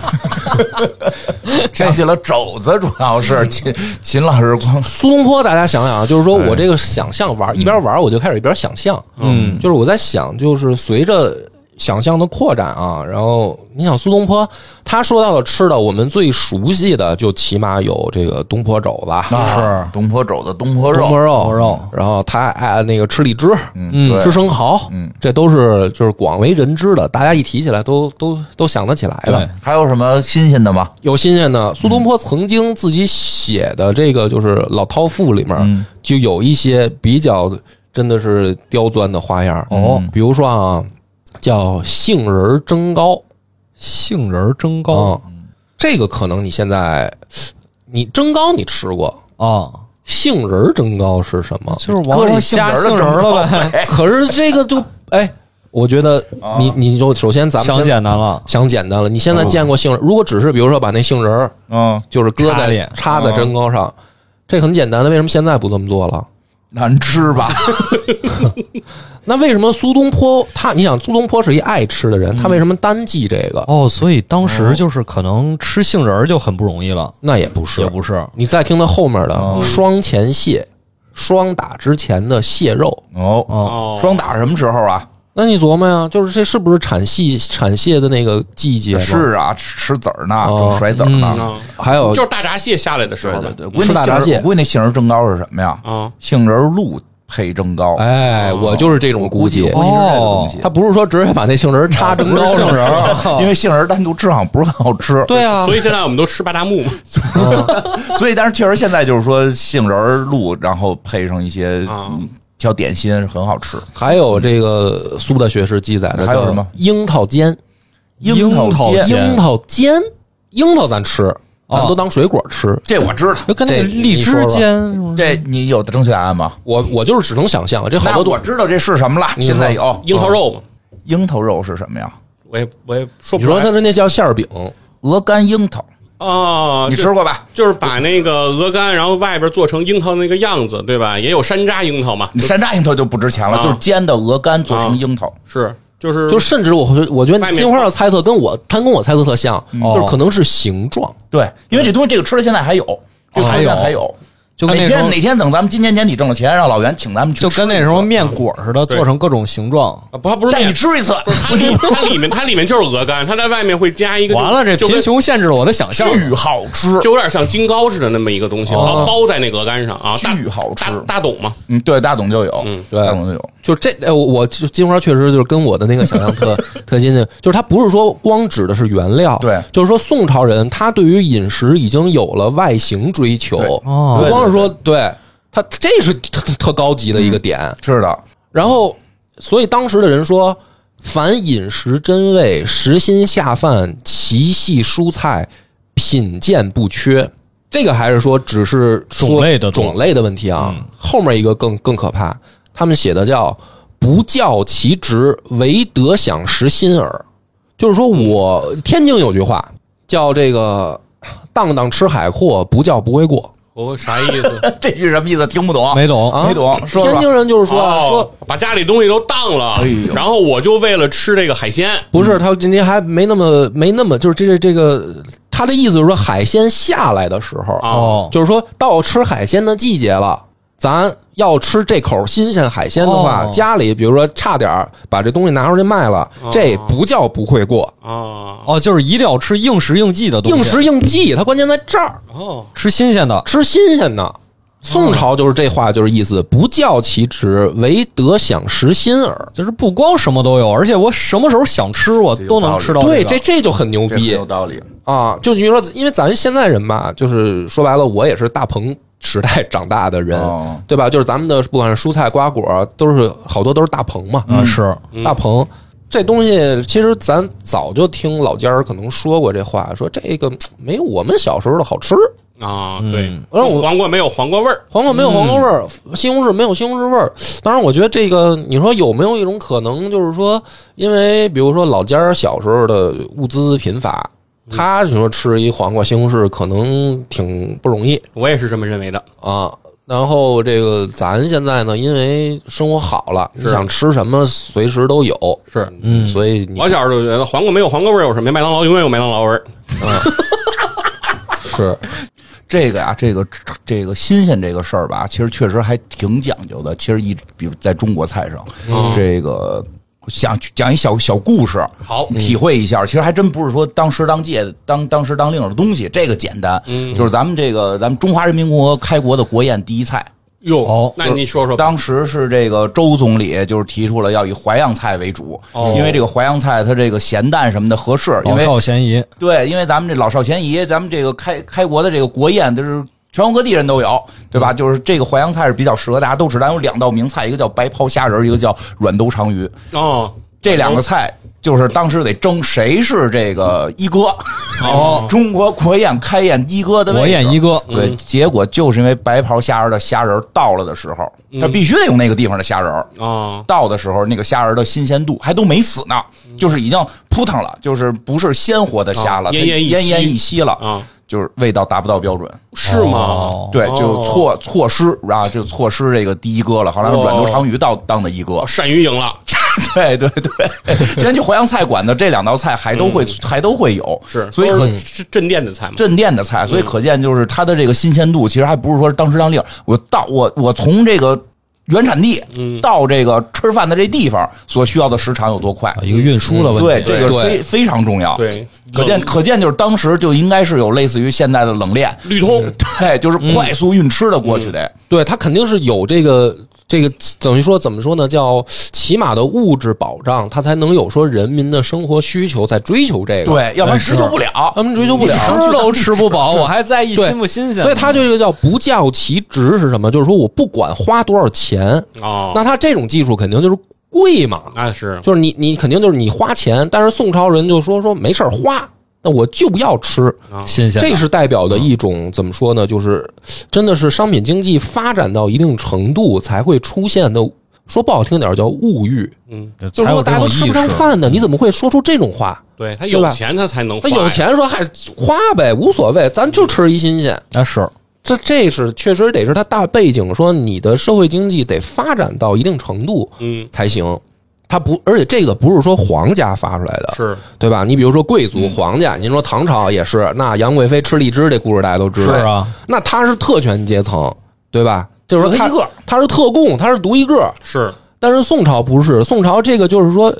B: 想起了肘 子，主要是
A: 嗯
B: 秦秦老师光
A: 苏东坡，大家想想啊，就是说我这个想象玩，一边玩我就开始一边想象，嗯，就是我在想，就是随着想象的扩展啊，然后你想苏东坡他说到的吃的，我们最熟悉的就起码有这个东坡肘子、
B: 啊东坡肘子、东坡
A: 东坡
B: 肉，
A: 肉、肉，然后他爱那个吃荔枝，
B: 嗯，对
A: 哎吃生蚝，
B: 嗯，
A: 这都是就是广为人知的，大家一提起来都都都想得起来的
D: 对。
B: 还有什么新鲜的吗？
A: 有新鲜的。苏东坡曾经自己写的这个就是《老饕赋》里面，就有一些比较真的是刁钻的花样哦，
D: 嗯
A: 比如说啊，叫杏仁蒸糕
D: 杏仁蒸
A: 啊
D: 糕、嗯
A: 这个可能你现在你蒸糕你吃过，
D: 啊，
A: 杏仁蒸糕是什么？
D: 就是
B: 搁
D: 往
B: 上
D: 里
B: 杏仁
D: 加
B: 儿
D: 杏仁儿了呗，
A: 可是这个就哎，我觉得你你就首先咱们
D: 想
A: 先
D: 简单了。
A: 想简单了，你现在见过杏仁？如果只是比如说把那杏仁儿
B: 嗯，
A: 就是搁
D: 插啊
A: 在
D: 里
A: 插在蒸糕上，这很简单的，为什么现在不这么做了？
B: 难 吃吧？
A: 那为什么苏东坡他？你想，苏东坡是一爱吃的人，他为什么单记这个？
D: 哦，所以当时就是可能吃杏仁儿就很不容易了，
A: 那也不是
D: 也，不是
A: 你再听他后面的双前蟹，双打之前的蟹肉，
B: 哦，
C: 哦，
B: 双打什么时候啊？
A: 那你琢磨呀，就是这是不是产蟹产蟹的那个季节？，
B: 是啊，吃吃籽儿呢，
A: 哦
B: 正甩籽儿呢。
C: 啊，
A: 还有
C: 就是大闸蟹下来的时候
B: 对
C: 嘛
B: 对对，我估计
A: 吃
B: 那
A: 大
B: 杏
A: 闸蟹
B: 仁，我估计那杏仁蒸糕是什么呀？
C: 啊，
B: 杏仁露配蒸糕，
A: 哎，我就是这种估计哦
B: 我。估计是这个东
A: 他
B: 西。
A: 不是说直接把那杏仁插蒸糕上，
B: 因为杏仁单独吃好像不是很好吃，
A: 对啊，
C: 所以现在我们都吃巴达木嘛，
B: 所以但是确实现在就是说杏仁露，然后配上一些
C: 啊
B: 嗯小点心是很好吃。
A: 还有这个苏大学士记载的
B: 还有
A: 叫
B: 什么
A: 樱桃煎，
B: 樱桃
D: 桃
B: 煎，
D: 煎
A: 樱桃煎，樱桃咱吃，咱都当水果吃。
B: 这我知道。
D: 就跟那
A: 这
D: 个荔
A: 你说
D: 枝
A: 说
D: 煎什么
B: 这你有的正确答案吗？
A: 我我就是只能想象，这好
B: 那
A: 多
B: 我
A: 段。
B: 知道这是什么了。
A: 你说
B: 现在有
C: 樱桃肉嘛，
B: 樱桃肉是什么呀？
C: 我也我也说
A: 你
C: 不
A: 说
C: 出
A: 它
C: 来
A: 是那叫馅儿饼，
B: 鹅肝樱桃，
C: 啊，
B: 你
C: 就
B: 吃过吧？
C: 就是把那个鹅肝，然后外边做成樱桃那个样子，对吧？也有山楂樱桃嘛，
B: 山楂樱桃就不值钱了，
C: 啊
B: 就是煎的鹅肝做成樱桃。
C: 是就是
A: 就甚至我会我觉
C: 外
A: 得
C: 面
A: 金花的猜测跟我他跟我猜测特像，
D: 嗯哦
A: 就是可能是形状。
B: 对，因为这东西这个吃的现在还有，这个吃的现在哦还有。
D: 就跟
B: 哪
A: 哎
D: 那
B: 天
D: 种
B: 哪天等咱们今年年底挣了钱，让老袁请咱们去
D: 就
B: 吃。
D: 跟那什么面果似的，
C: 对
D: 做成各种形状。
C: 啊不，它不是
B: 带
C: 面
B: 你吃一次，
C: 它里它里面它里面就是鹅肝，它在外面会加一个就
D: 完了，这
C: 就跟
D: 贫穷限制了我的想象。
B: 巨好吃。
C: 就有点像金糕似的那么一个东西，然后包在那个鹅肝上啊，大
B: 巨好吃
C: 大大董嘛，
B: 嗯，对，大董就有，
A: 对
B: 大董就有。
A: 就这，呃我我就金花确实就是跟我的那个想象 特特接近，就是它不是说光指的是原料，
B: 对
A: 就是说宋朝人他对于饮食已经有了外形追求，
B: 对
D: 哦
A: 不光是说对他这是特特特高级的一个点，
B: 是的，
A: 然后所以当时的人说，凡饮食真味，食心下饭，其系蔬菜，品鉴不缺。这个还是说只是说
D: 种类的多嗯
A: 种类的问题啊。后面一个更更可怕，他们写的叫“不教其职，唯得享食心耳”。就是说我天津有句话叫这个“当当吃海阔，不叫不会过
C: 我啥意 思？
B: 这句什么意思？听不懂。
D: 没懂”
A: 啊，
B: 没懂说说
A: 天津人就是说啊
C: 哦
A: 说。，
C: 把家里东西都当了
B: 哎呦，
C: 然后我就为了吃这个海鲜，
A: 不是他，您还没那么没那么，就是这这这个，他的意思就是说，海鲜下来的时候，
C: 啊
D: 哦，
A: 就是说到吃海鲜的季节了，咱要吃这口新鲜海鲜的话，
D: 哦
A: 家里比如说差点儿把这东西拿出去卖了，这不叫不会过，
C: 啊，
D: 哦，就是一定要吃应时应季的东西，
A: 应时应季，它关键在这儿，
C: 哦，
D: 吃新鲜的。
A: 吃新鲜的。宋朝就是这话就是意思，不教其职，唯得享食心耳。
D: 就是不光什么都有，而且我什么时候想吃我都能吃到、
A: 对，
D: 这
A: 这
D: 个
A: 这就很牛
B: 这很
A: 逼
B: 有道理，
A: 啊！就比如说，因为咱现在人吧，就是说白了，我也是大棚时代长大的人，
B: 哦
A: 对吧？就是咱们的不管是蔬菜瓜果，都是好多都是大棚嘛，
D: 啊是
A: 大棚这东西，其实咱早就听老家儿可能说过这话，说这个嘖没有我们小时候的好吃，
C: 啊，对，
A: 然后我
C: 黄瓜没有黄瓜味儿，
A: 黄瓜没有黄瓜味儿，
D: 嗯
A: 西红柿没有西红柿味儿。当然，我觉得这个你说有没有一种可能，就是说，因为比如说老家儿小时候的物资贫乏。
D: 嗯
A: 他你说吃一黄瓜、西红柿可能挺不容易
C: 我也是这么认为的。
A: 啊。然后这个咱现在呢，因为生活好了，你
C: 是
A: 想吃什么随时都有，
C: 是
A: 嗯，所以你
C: 我小时候就觉得黄瓜没有黄瓜味儿有什么呀？麦当劳永远有麦当劳味儿。
A: 是
B: 这个呀、这个这个新鲜这个事儿吧，其实确实还挺讲究的。其实一比如在中国菜上，这个想讲一小小故事，
C: 好
B: 体会一下。其实还真不是说当时当届当当时当令的东西，这个简单，就是咱们这个咱们中华人民共和国开国的国宴第一菜。
C: 哟，
D: 哦
C: 那你说说吧，
B: 当时是这个周总理就是提出了要以淮扬菜为主，
C: 哦
B: 因为这个淮扬菜它这个咸淡什么的合适，因
D: 老
B: 为
D: 少咸宜，
B: 对，因为咱们这老少咸宜，咱们这个开开国的这个国宴，就是全国各地人都有，对
D: 嗯
B: 吧？就是这个淮扬菜是比较适合大家都吃。咱有两道名菜，一个叫白泡虾仁儿，一个叫软兜长鱼，
C: 哦，
B: 这两个菜。就是当时得争谁是这个一哥，哦， 中国国宴开宴一哥的位置
D: 国宴一哥
C: 嗯
B: 对，结果就是因为白泡虾仁儿的虾仁儿到了的时候，
C: 嗯
B: 他必须得用那个地方的虾仁儿，
C: 啊，
B: 到的时候，那个虾仁的新鲜度还都没死呢，就是已经扑腾了，就是不是鲜活的虾了，
C: 嗯啊
B: 它
C: 奄奄一息
B: 奄奄一息了
C: 啊，
B: 就是味道达不到标准，
C: 是吗
D: 哦？
B: 对，就错错失啊，就错失这个第一哥了。后来
C: 哦
B: 软头长鱼到当的一哥
C: 哦，鳝鱼赢了，
B: 对对对，今天去淮扬菜馆的这两道菜还都会还都会有，
C: 嗯是，
B: 所以可
C: 都是是镇店的菜嘛。
B: 镇店的菜，
A: 嗯
B: 所以可见就是它的这个新鲜度，其实还不是说当时当令。我到我我从这个原产地
A: 嗯
B: 到这个吃饭的这地方所需要的时长有多快
A: 哎
D: 啊，？一个运输
A: 嗯
D: 的问
B: 对，
D: 题。
B: 这个非非常重要。
C: 对
B: 可见
C: 冷
B: 可见就是当时就应该是有类似于现在的冷链，
C: 绿通
B: 对，就是快速运吃的过去得。
A: 对他肯定是有这个这个，等于说怎么说呢？叫起码的物质保障，他才能有说人民的生活需求在追求这个。，
B: 对，要不然追求不了。
A: 哎他们追求不了。
D: 吃都吃不饱，我还在意
A: 对
D: 新不新鲜。
A: 所以他就这个叫不教其值是什么？就是说我不管花多少钱，
C: 哦，
A: 那他这种技术肯定就是贵嘛，
C: 那是
A: 就是你你肯定就是你花钱，但是宋朝人就说说没事儿花，那我就不要吃，
D: 新鲜的，
A: 这是代表的一种怎么说呢？就是真的是商品经济发展到一定程度才会出现的，说不好听点儿叫物欲，
D: 这
A: 就是说
D: 才有这
A: 大家都
D: 种
A: 吃不上
D: 意识
A: 饭的，你怎么会说出这种话？
C: 对他
A: 对
C: 有
A: 吧
C: 钱他才能
A: 那
C: 花呀，
A: 有钱说还花呗，无所谓，咱就吃一新鲜。
D: 啊是
A: 这这是确实得是它大背景，说你的社会经济得发展到一定程度
C: 嗯，
A: 才行。它不，而且这个不是说皇家发出来的，
C: 是
A: 对吧？你比如说贵
D: 嗯
A: 族、皇家，您说唐朝也是，那杨贵妃吃荔枝这故事大家都知
D: 是
A: 道，
D: 啊，
A: 那他是特权阶层，对吧？就是说他
B: 独一个
A: 他是特供，他是独一个。
C: 是
A: 但是宋朝不是，宋朝这个就是说，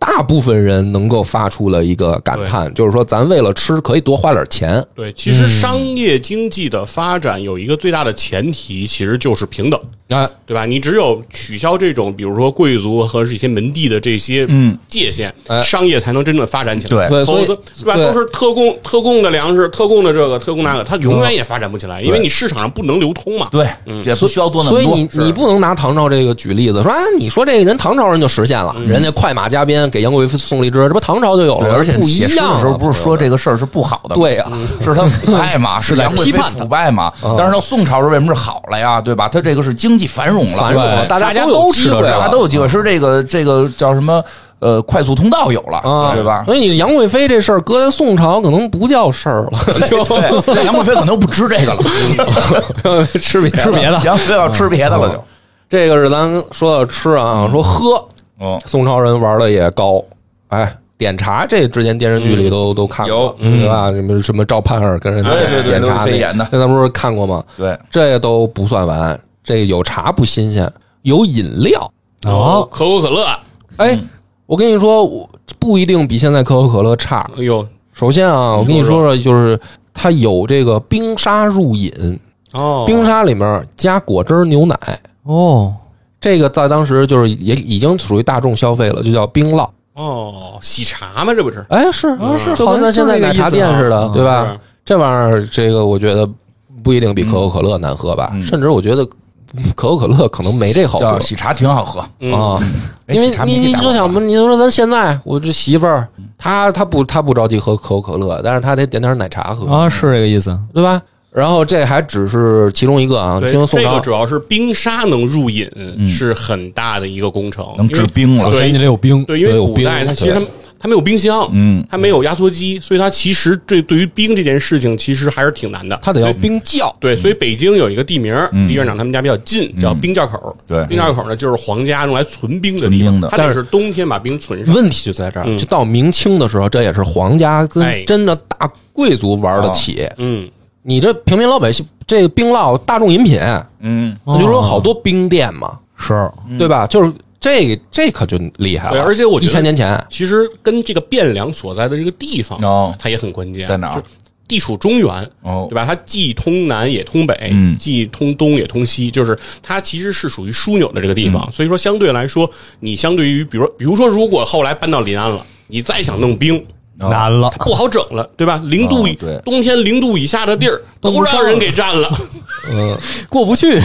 A: 大部分人能够发出了一个感叹，就是说咱为了吃可以多花点钱。
C: 对。其实商业经济的发展有一个最大的前提，其实就是平等。
A: 啊，
C: 对吧？你只有取消这种，比如说贵族和一些门第的这些界限，
A: 哎
C: 商业才能真正发展起来。
B: 嗯对
A: 对所
C: 否
A: 以
C: 则对吧？
A: 对
C: 都是特供、特供的粮食、特供的这个、特供那个，它永远也发展不起来，因为你市场上不能流通嘛。
B: 嗯对，也不需要做
A: 嗯
B: 那
A: 所
B: 么
A: 以
B: 多。
A: 你你不能拿唐朝这个举例子，说啊，你说这个人唐朝人就实现了，人家快马加鞭给杨贵妃送荔枝，这不唐朝就有
B: 对，
A: 了，
B: 而且
A: 不一
B: 写诗
A: 样
B: 的
A: 啊。
B: 时候不是说这个事儿是不好的吗，
A: 对啊
B: 是他腐败嘛， 是杨贵
A: 批
B: 妃
A: 判他嗯
B: 腐败嘛。但是到宋朝时候为什么是好了呀？对吧？他这个是经济繁荣了，
A: 繁荣了，啊
D: 对
A: 大
D: 大家
A: 都有
D: 都
A: 机
D: 吃
A: 会
D: 得
A: 了，嗯
D: 着
B: 大家都有机会。是这个这个叫什么？呃快速通道有了，
A: 啊，
B: 对吧？
A: 所以你杨贵妃这事儿搁在宋朝可能不叫事儿了， 就
B: 对，那杨贵妃可能不吃这个了，
A: 吃别的
D: 吃别的
B: 杨贵妃要吃别的了就。
A: 这个是咱说到吃啊，说喝，
B: 嗯，
A: 宋朝人玩的也高，哎，点茶这之前电视剧里都、都看过
B: 有，
A: 对吧？什么什么赵盼儿跟人家
B: 对对对
A: 点
B: 刘
A: 茶
B: 亦菲
A: 那
B: 演的
A: 那咱不是看过吗？
B: 对，
A: 这都不算完，这有茶不新鲜，有饮料，
D: 哦，
C: 可口可乐，哎
A: 哎，我跟你说，我不一定比现在可口可乐差。
C: 呦，
A: 首先啊，我跟你
C: 你
A: 说
C: 说
A: 说，就是它有这个冰沙入饮，
C: 哦，
A: 冰沙里面加果汁儿牛奶，
D: 哦，
A: 这个在当时就是也已经属于大众消费了，就叫冰酪。
C: 哦，喜茶吗？这不是？
A: 哎，是啊
C: 是
A: 就跟咱现在奶茶店似的，
B: 嗯
D: 好像
A: 对
C: 啊是
A: 吧？这玩意儿，这个我觉得不一定比可口可乐难喝吧，
B: 嗯
A: 甚至我觉得 可口可乐可能没这好喝
B: 叫喜茶挺好喝，
A: 啊。
C: 嗯
B: 哎
A: 因为
B: 喜茶
A: 你
B: 没几
A: 你
B: 百
A: 就想
B: 块
A: 嘛，你就说咱现在我这媳妇儿，
C: 嗯
A: 她她不她不着急喝可口可乐，但是她得点点奶茶喝，
D: 啊，是这个意思。
A: 对吧？然后这还只是其中一个啊，
C: 对，
A: 听宋
C: 这
A: 朝
C: 个主要是冰沙能入饮，是很大的一个工程，
B: 嗯能治冰了
D: 首
C: 因为
D: 先你得有冰，
C: 对，因为
D: 得有
C: 古
D: 冰
C: 代它其实它它没有冰箱，
B: 嗯，
C: 它没有压缩机，所以它其实对对于冰这件事情其实还是挺难的。
A: 她得要冰窖，
C: 对，所以北京有一个地名，离院长他们家比较近，叫冰窖口。
B: 对
C: 冰窖口呢就是皇家用来存冰的地
B: 存冰
C: 方
B: 的，
C: 它得是冬天把冰存上。
A: 问题就在这儿，就到明清的时候，这也是皇家跟
C: 嗯哎
A: 真的大贵族玩得起。
C: 嗯，
A: 你这平民老百姓，这个冰酪大众饮品，
C: 哦
B: 嗯，
A: 我就说好多冰店嘛，
D: 是
A: 对吧？就是这个这可就厉害
C: 嗯对，
A: 了，
C: 而且我
A: 一
C: 觉
A: 千
C: 得
A: 年前，
C: 其实跟这个汴梁所在的这个地方
B: 哦，
C: 它也很关键，啊
B: 在哪儿
C: 就地处中原，
B: 哦
C: 对吧？它既通南也通北，
B: 嗯
C: 既通东也通西，就是它其实是属于枢纽的这个地方。
B: 嗯
C: 所以说，相对来说，你相对于比如，比如说，如果后来搬到临安了，你再想弄冰，
D: 难了，
C: 不好整了，对吧？零度以、
B: 哦对
C: 冬天零度以下的地儿
D: 都
C: 都
D: 不上
C: 让人给占了，
D: 过不去。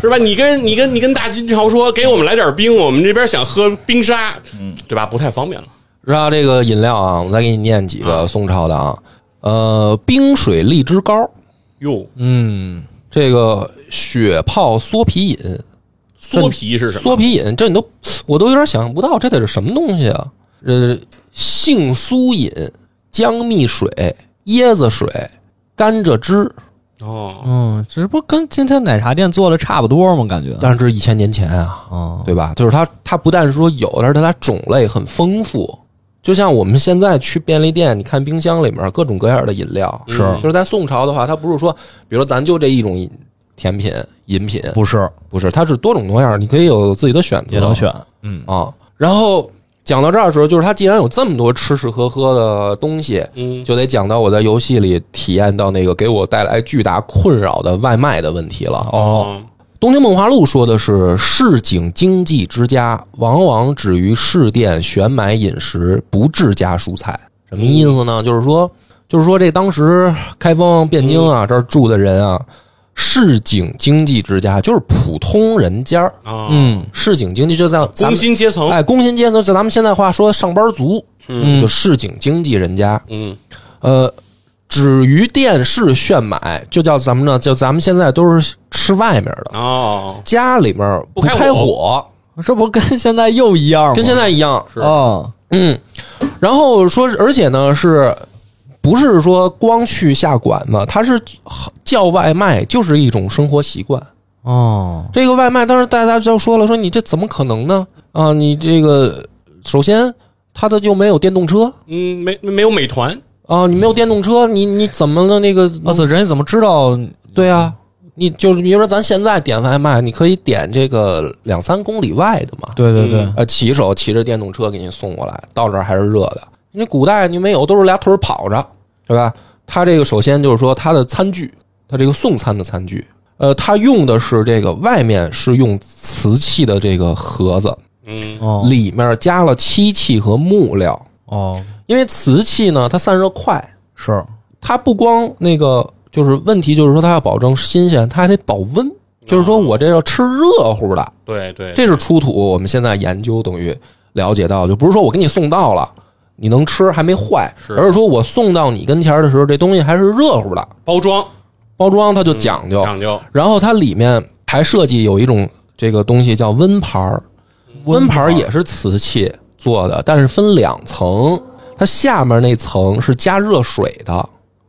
C: 是吧？你跟你跟你跟大金朝说，给我们来点冰，我们这边想喝冰沙，嗯，对吧？不太方便了。
A: 然后这个饮料啊，我再给你念几个宋朝的啊，呃，冰水荔枝糕，
C: 哟，
A: 嗯，这个雪泡缩皮饮，
C: 缩皮是什么？
A: 缩皮饮，这你都我都有点想象不到，这得是什么东西啊？呃，杏酥饮、姜蜜水、椰子水、甘蔗汁，
C: 哦，
D: 嗯，这不跟今天奶茶店做的差不多吗？感觉
A: 但是这是一千年前啊，
D: 哦，
A: 对吧？就是它，它不但是说有，而且它种类很丰富。就像我们现在去便利店，你看冰箱里面各种各样的饮料，
C: 是
A: 就是在宋朝的话，它不是说，比如说咱就这一种饮甜品饮品，
D: 不是
A: 不是，它是多种多样，你可以有自己的选择，
D: 也能选，嗯
A: 啊。然后讲到这儿的时候，就是它既然有这么多吃吃喝喝的东西，
C: 嗯，
A: 就得讲到我在游戏里体验到那个给我带来巨大困扰的外卖的问题了。
D: 哦，
A: 《东京梦华录》说的是市井经济之家，往往止于市店选买饮食，不至家蔬菜。什么意思呢？就是说，就是说这当时开封、汴京啊这儿住的人啊，市井经济之家就是普通人家儿。
C: 啊，
D: 嗯，
A: 市井经济就像咱
C: 工
A: 们
C: 薪阶层，
A: 哎，工薪阶层，就咱们现在话说上班族，
D: 嗯
A: 就市井经济人家，
C: 嗯，
A: 呃，止于电视炫买，就叫咱们呢，就咱们现在都是吃外面的，
C: 哦，
A: 家里面不
C: 不
A: 开
C: 开火
A: 火，
D: 这不跟现在又一样吗？
A: 跟现在一样，
C: 是
D: 哦，
A: 嗯，然后说，而且呢是。不是说光去下馆子，它是叫外卖，就是一种生活习惯。
D: 哦，
A: 这个外卖，当时大家就说了，说你这怎么可能呢？啊，你这个首先它的又没有电动车，
C: 嗯，没没有美团，
A: 啊，你没有电动车，你你哦怎么了？那个
D: 那这人家怎么知道？
A: 对啊，你就是比如说咱现在点外卖，你可以点这个两三公里外的嘛，
D: 对对对
C: 嗯，
A: 呃，骑手骑着电动车给你送过来，到这儿还是热的。因为古代你没有，都是俩腿儿跑着，对吧？它这个首先就是说它的餐具，它这个送餐的餐具，呃，它用的是这个外面是用瓷器的这个盒子，
C: 嗯，
D: 哦
A: 里面加了漆器和木料，
D: 哦，
A: 因为瓷器呢它散热快，
D: 是
A: 它不光那个就是问题，就是说它要保证新鲜，它还得保温。就是说我这要吃热乎的，
C: 对对，
A: 这是出土我们现在研究等于了解到，就不是说我给你送到了，你能吃还没坏，
C: 是
A: 而是说我送到你跟前儿的时候，这东西还是热乎的，
C: 包装
A: 包装它就讲究，
C: 嗯讲究，
A: 然后它里面还设计有一种这个东西叫温盘儿，温盘儿也是瓷器做的，但是分两层，它下面那层是加热水的，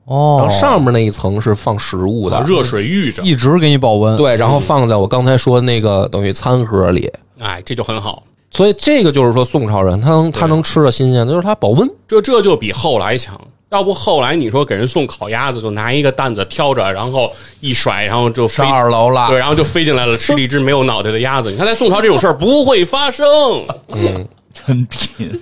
A: 然
D: 哦
A: 后，上面那一层是放食物的。
C: 哦啊热水浴着，
D: 一直给你保温，
A: 对，然后放在我刚才说那个等于餐盒里，
C: 哎，这就很好。
A: 所以这个就是说宋朝人他能他能吃的新鲜，就是他保温。
C: 这这就比后来强。要不后来你说给人送烤鸭子，就拿一个担子挑着，然后一甩，然后就飞
B: 上二楼了
C: 对，然后就飞进来了，吃了一只没有脑袋的鸭子。你看，在宋朝这种事儿不会发生。
B: 真品，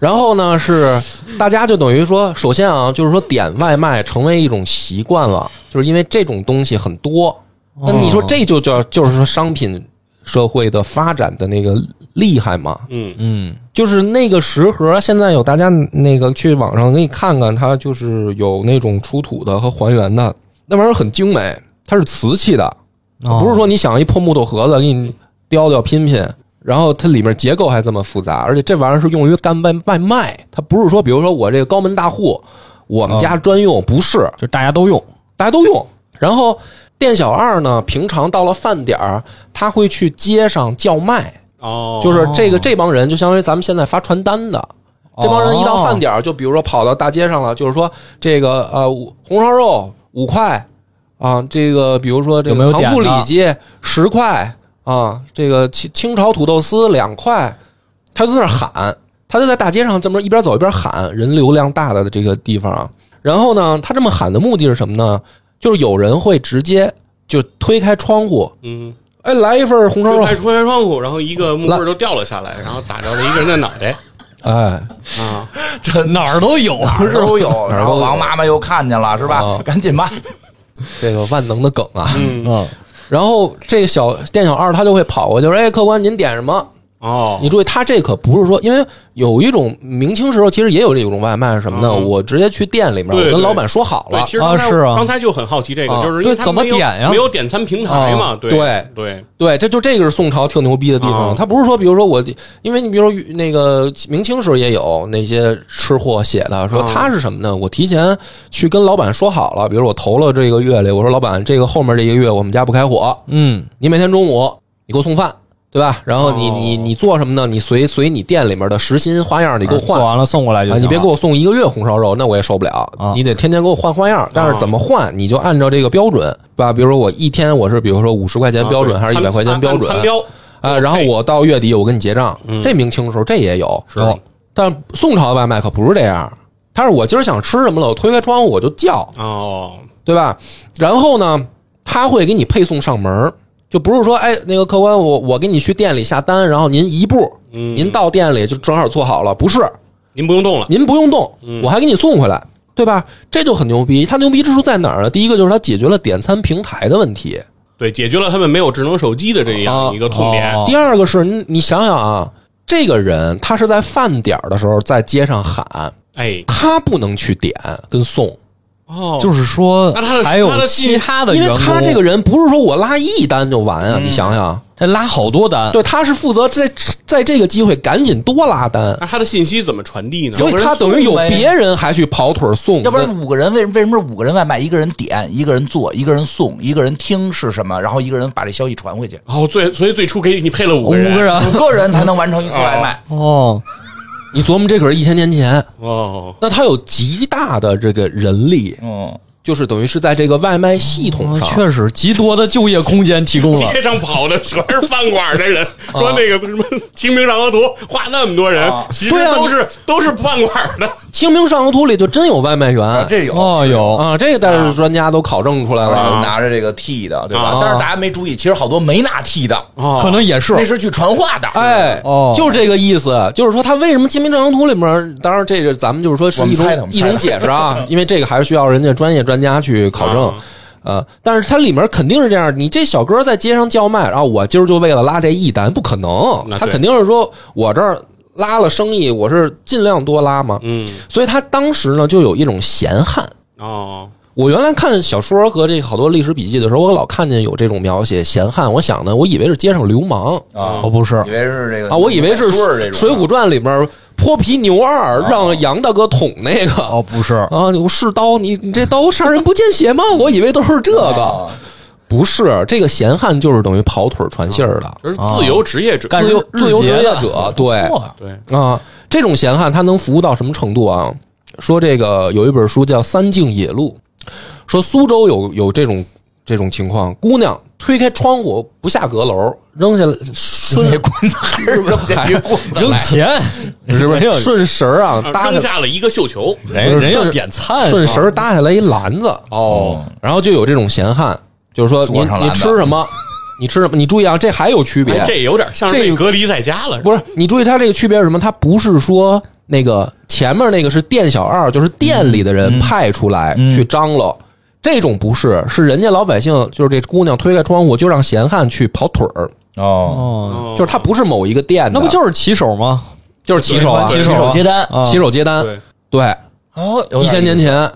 A: 然后呢是大家就等于说，首先啊，就是说点外卖成为一种习惯了，就是因为这种东西很多。那你说这就叫就是说商品社会的发展的那个厉害嘛？
C: 嗯
D: 嗯，
A: 就是那个食盒，现在有大家那个去网上给你看看，它就是有那种出土的和还原的，那玩意儿很精美，它是瓷器的，
D: 哦
A: 不是说你想一破木头盒子给你雕雕拼拼，然后它里面结构还这么复杂，而且这玩意儿是用于干外外卖，它不是说比如说我这个高门大户，我们家专用，不是，
D: 就大家都用，
A: 大家都用。然后店小二呢，平常到了饭点儿，他会去街上叫卖，
C: 哦，
A: 就是这个这帮人就相当于咱们现在发传单的。这帮人一
D: 哦
A: 到饭点儿，就比如说跑到大街上了，就是说这个呃五红烧肉五块啊，这个比如说这
D: 有没
A: 个
D: 有
A: 糖醋里
D: 点的
A: 脊十块啊，这个清清炒土豆丝两块，他就在那儿喊，他就在大街上这么一边走一边喊，人流量大的这个地方啊。然后呢，他这么喊的目的是什么呢？就是有人会直接就推开窗户，
C: 嗯，
A: 哎，来一份红烧
C: 就
A: 肉
C: 开，窗开窗户，然后一个木棍儿都掉了下来，然后打着了一个人的脑袋
A: 哎，
C: 啊。
B: 真
D: 哪儿都有，
B: 哪儿都有。
A: 哪儿都有
B: 然后王妈妈又看见了，是吧
A: 啊？
B: 赶紧吧，
A: 这个万能的梗啊。
C: 嗯，
D: 嗯，
A: 然后这个小店小二他就会跑过去说：“哎，客官，您点什么？”
C: 哦，
A: 你注意，他这可不是说，因为有一种明清时候其实也有这种外卖是什么呢？
C: 嗯
A: 我直接去店里面，
C: 对
A: 我跟
C: 对
A: 老板说好
C: 对，
A: 了
C: 其，实刚才
D: 啊是啊
C: 刚才就很好奇这个，
A: 啊
C: 就是因为
D: 对
C: 他
D: 怎么
C: 没有
D: 点呀
C: 没有点餐平台嘛，
A: 啊
C: 对
A: 对
C: 对，
A: 对，这就这个是宋朝特牛逼的地方
C: 啊。
A: 他不是说，比如说我，因为你比如说那个明清时候也有那些吃货写的，说
C: 啊
A: 他是什么呢？我提前去跟老板说好了，比如我投了这个月里，我说老板，这个后面这一个月我们家不开火，
D: 嗯，
A: 你每天中午你给我送饭，对吧？然后你
C: 哦
A: 你你做什么呢？你随随你店里面的时薪花样，你给我
D: 做
A: 换。
D: 完了送过来就
A: 啊！
D: 行了，
A: 你别给我送一个月红烧肉，那我也受不了。
D: 啊
A: 你得天天给我换花样，但
C: 啊
A: 是怎么换，你就按照这个标准，对吧？比如说我一天我是比如说五十块钱标准，
C: 啊
A: 还是一百
C: 餐
A: 块钱标准
C: 按餐标嗯
A: 啊？然后我到月底我跟你结账。这明清的时候这也有，
C: 是
A: 哦但宋朝的外卖可不是这样，他是我今儿想吃什么了，我推开窗户我就叫，
C: 哦，
A: 对吧？然后呢，他会给你配送上门儿，就不是说，哎，那个客官，我我给你去店里下单，然后您一步，
C: 嗯
A: 您到店里就正好做好了，不是，
C: 您不用动了，
A: 您不用动
C: 嗯，
A: 我还给你送回来，对吧？这就很牛逼。它牛逼之处在哪儿呢？第一个就是它解决了点餐平台的问题，
C: 对，解决了他们没有智能手机的这
A: 啊
C: 样一个痛点。
D: 哦
A: 第二个是你你想想啊，这个人他是在饭点儿的时候在街上喊，
C: 哎，
A: 他不能去点跟送。
C: 哦
D: 啊就是说
C: 那他的
D: 还
C: 他
D: 有
C: 的
D: 其他的
A: 因
D: 员
A: 为
D: 工，嗯
A: 他这个人不是说我拉一单就完啊，你想想，
D: 他拉好多单，
A: 对，他是负责在在这个机会赶紧多拉单，
C: 那他的信息怎么传递呢？
A: 所以
B: 啊有人
A: 他等于有
B: 送呗
A: 别人还去跑腿儿送，
B: 要不然五个人为为什么是五个人外卖？一个人点，一个人做，一个人送，一个人听是什么，然后一个人把这消息传回去，
C: 哦，最所以最初给你配了五
D: 五
C: 个人，
D: 个人，
B: 五个人才能完成一次外卖。
A: 啊
D: 哦，
A: 你琢磨这可是一千年前，
C: 哦，
A: 那他有极大的这个人力，
B: 嗯，
A: 就是等于是在这个外卖系统上，
D: 哦确实极多的就业空间提供了，
C: 街上跑的全是饭馆的人，
D: 啊
C: 说那个什么《清明上河图》画那么多人
B: 啊，
C: 其实
A: 对啊
C: 都是都是饭馆的。
A: 《清明上河图》里就真有外卖员啊，
B: 这有啊
D: 哦，有，
A: 这个但是专家都考证出来了。
B: 有拿着这个 T 的，对
A: 啊
B: 吧？但是大家没注意，其实好多没拿 T 的，
D: 可能也是
B: 那是去传话的。
A: 哎，
D: 哦
A: 就是这个意思，就是说他为什么《清明上河图》里面，当然这个咱们就是说是一
B: 我们猜的
A: 种
B: 我们
A: 一
B: 猜的嗯
A: 种解释啊， 因为这个还是需要人家专业专家去考证
C: 啊。
A: 呃，但是它里面肯定是这样，你这小哥在街上叫卖，然后我今儿就为了拉这一单，不可能
C: 那，对
A: 他肯定是说我这儿拉了生意，我是尽量多拉嘛，
C: 嗯，
A: 所以他当时呢就有一种闲汉，
C: 哦，
D: 啊
A: 我原来看小说和这好多历史笔记的时候，我老看见有这种描写闲汉。我想呢，我以为是街上流氓
B: 啊
D: 哦，，不是
B: 以，为是这个
A: 啊，我以为是
B: 说是这
A: 《
B: 种
A: 水浒传》里面泼皮牛二让杨大哥捅那个
D: 哦，不是，
A: 啊，我试刀，你你这刀杀人不见血吗？我以为都是这个，
B: 啊
A: 不是这个闲汉就是等于跑腿儿传信儿的，啊
C: 就是自由职业者，
D: 干
A: 自由
D: 日
A: 自由职
D: 结
A: 业
D: 的
A: 者，对
B: 哇
C: 对，
A: 啊，这种闲汉他能服务到什么程度啊？说这个有一本书叫《三径野路》，说苏州有有这种这种情况，姑娘推开窗户不下阁楼，扔下来顺
B: 那棍子还是扔 下一棍子
D: 扔
B: 来，
D: 钱
A: 是不
D: 人
A: 是
D: 要
A: 顺绳儿啊
C: 啊
A: 搭
C: 扔
A: 下
C: 下了一个绣球，哎
D: 人人要点啊菜，
B: 啊
A: 顺绳儿搭下来一篮子，
B: 嗯
C: 哦，
A: 然后就有这种闲汉，就是说你
B: 坐上篮
A: 你
B: 子
A: 吃什么，你吃什么，你注意啊，这还有区别，
C: 哎这有点像是
A: 这
C: 被
A: 个
C: 隔离在家了，
A: 不是，你注意它这个区别是什么？它不是说那个前面那个是店小二，就是店里的人派出来
B: 嗯
A: 去张罗，这种不是，是人家老百姓，就是这姑娘推开窗户就让闲汉去跑腿儿，
B: 哦，
C: 哦
D: 哦，
A: 就是他不是某一个店的，
D: 那不就是骑手吗？
A: 就是骑手啊，
D: 对
B: 骑手接单
D: 啊
A: 骑手接单，
C: 对
A: 对，
B: 哦，有点
A: 一千年前，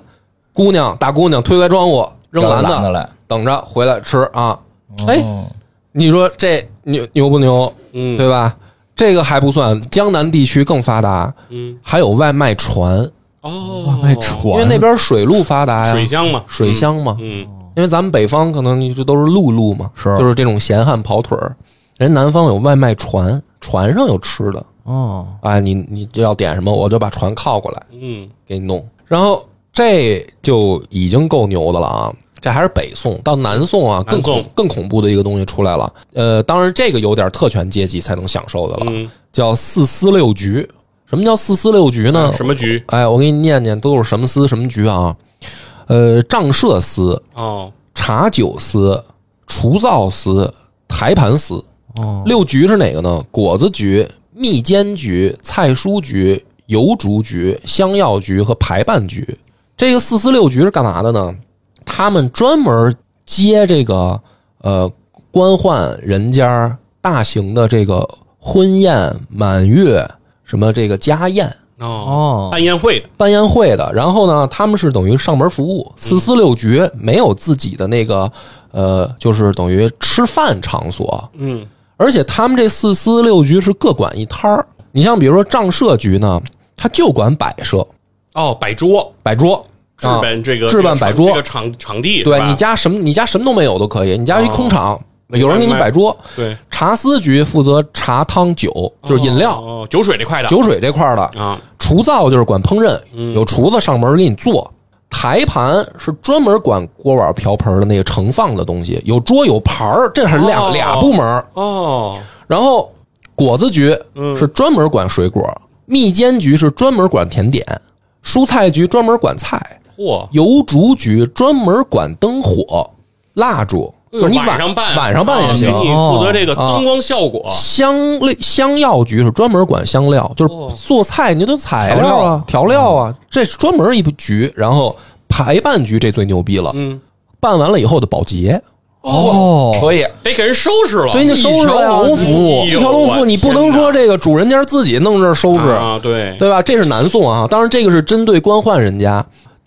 A: 姑娘大姑娘推开窗户扔
B: 扔
A: 篮
B: 子
A: 子，
B: 来，
A: 等着回来吃啊，哎，
B: 哦
A: 你说这牛牛不牛？
C: 嗯
A: 对吧？这个还不算，江南地区更发达，
C: 嗯，
A: 还有外卖船，
C: 哦，
D: 卖船，
A: 因为那边水路发达呀，
C: 水乡嘛，
A: 水乡嘛。
C: 嗯，
A: 因为咱们北方可能就都是陆路嘛，
D: 是
A: 就是这种闲汉跑腿儿。人南方有外卖船，船上有吃的，
D: 哦，
A: 哎，你你就要点什么，我就把船靠过来
C: 嗯
A: 给你弄。然后这就已经够牛的了啊！这还是北宋，到南宋啊，更
C: 南宋
A: 恐更恐怖的一个东西出来了。呃，当然这个有点特权阶级才能享受的了，
C: 嗯
A: 叫四司六局。什么叫四司六局呢
C: 嗯，？什么局？
A: 哎，我给你念念都是什么司什么局啊？呃，账设司、
C: 哦，
A: 茶酒司、除灶司、台盘司。
D: 哦，
A: 六局是哪个呢？果子局、蜜煎局、菜蔬局、油烛局、香药局和排办局。这个四司六局是干嘛的呢？他们专门接这个呃官宦人家大型的这个婚宴、满月什么这个家宴。
C: 哦
D: 哦
C: 办宴会的，
A: 办宴会的，然后呢，他们是等于上门服务，四
C: 嗯
A: 司六局没有自己的那个呃，就是等于吃饭场所，
C: 嗯
A: 而且他们这四司六局是各管一摊儿。你像比如说账社局呢，他就管摆设、
C: 哦，摆桌，
A: 摆桌、
C: 置
A: 啊
C: 办这个
A: 置办
C: 这
A: 摆
C: 个场
A: 桌
C: 这个场场地，
A: 对
C: 是吧
A: 你家什么，你家什么都没有都可以，你家一空场，
C: 哦
A: 有人给你
C: 明白
A: 摆桌。
C: 对
A: 茶司局负责茶汤酒，就是饮料、
C: 哦、酒水这块的
A: 酒水这块儿的。
C: 啊，
A: 厨灶就是管烹饪，
C: 嗯
A: 有厨子上门给你做。台盘是专门管锅碗瓢盆的那个盛放的东西，有桌有盘儿，这是俩、
C: 哦
A: 俩部门儿。
C: 哦，
A: 然后果子局
C: 嗯
A: 是专门管水果，蜜煎局是专门管甜点，蔬菜局专门管菜，
C: 嚯，
A: 油烛局专门管灯火、蜡烛。就是你晚
C: 哎晚上办，
A: 晚上办也行。哦
C: 啊你负责这个灯光效果，
A: 香类香药局是专门管香料，就是做菜你就得材料啊、调料啊，这是专门一部局。然后排办局这最牛逼了，
C: 嗯，
A: 办完了以后的保洁，
D: 哦，
B: 可以，
C: 得给人收拾了，啊
A: 对你得收拾呀
D: 一条龙
C: 服务
A: 一条龙服务，你不能说这个主人家自己弄这儿收拾，
C: 啊，对，
A: 对吧？这是南宋啊，当然这个是针对官宦人家，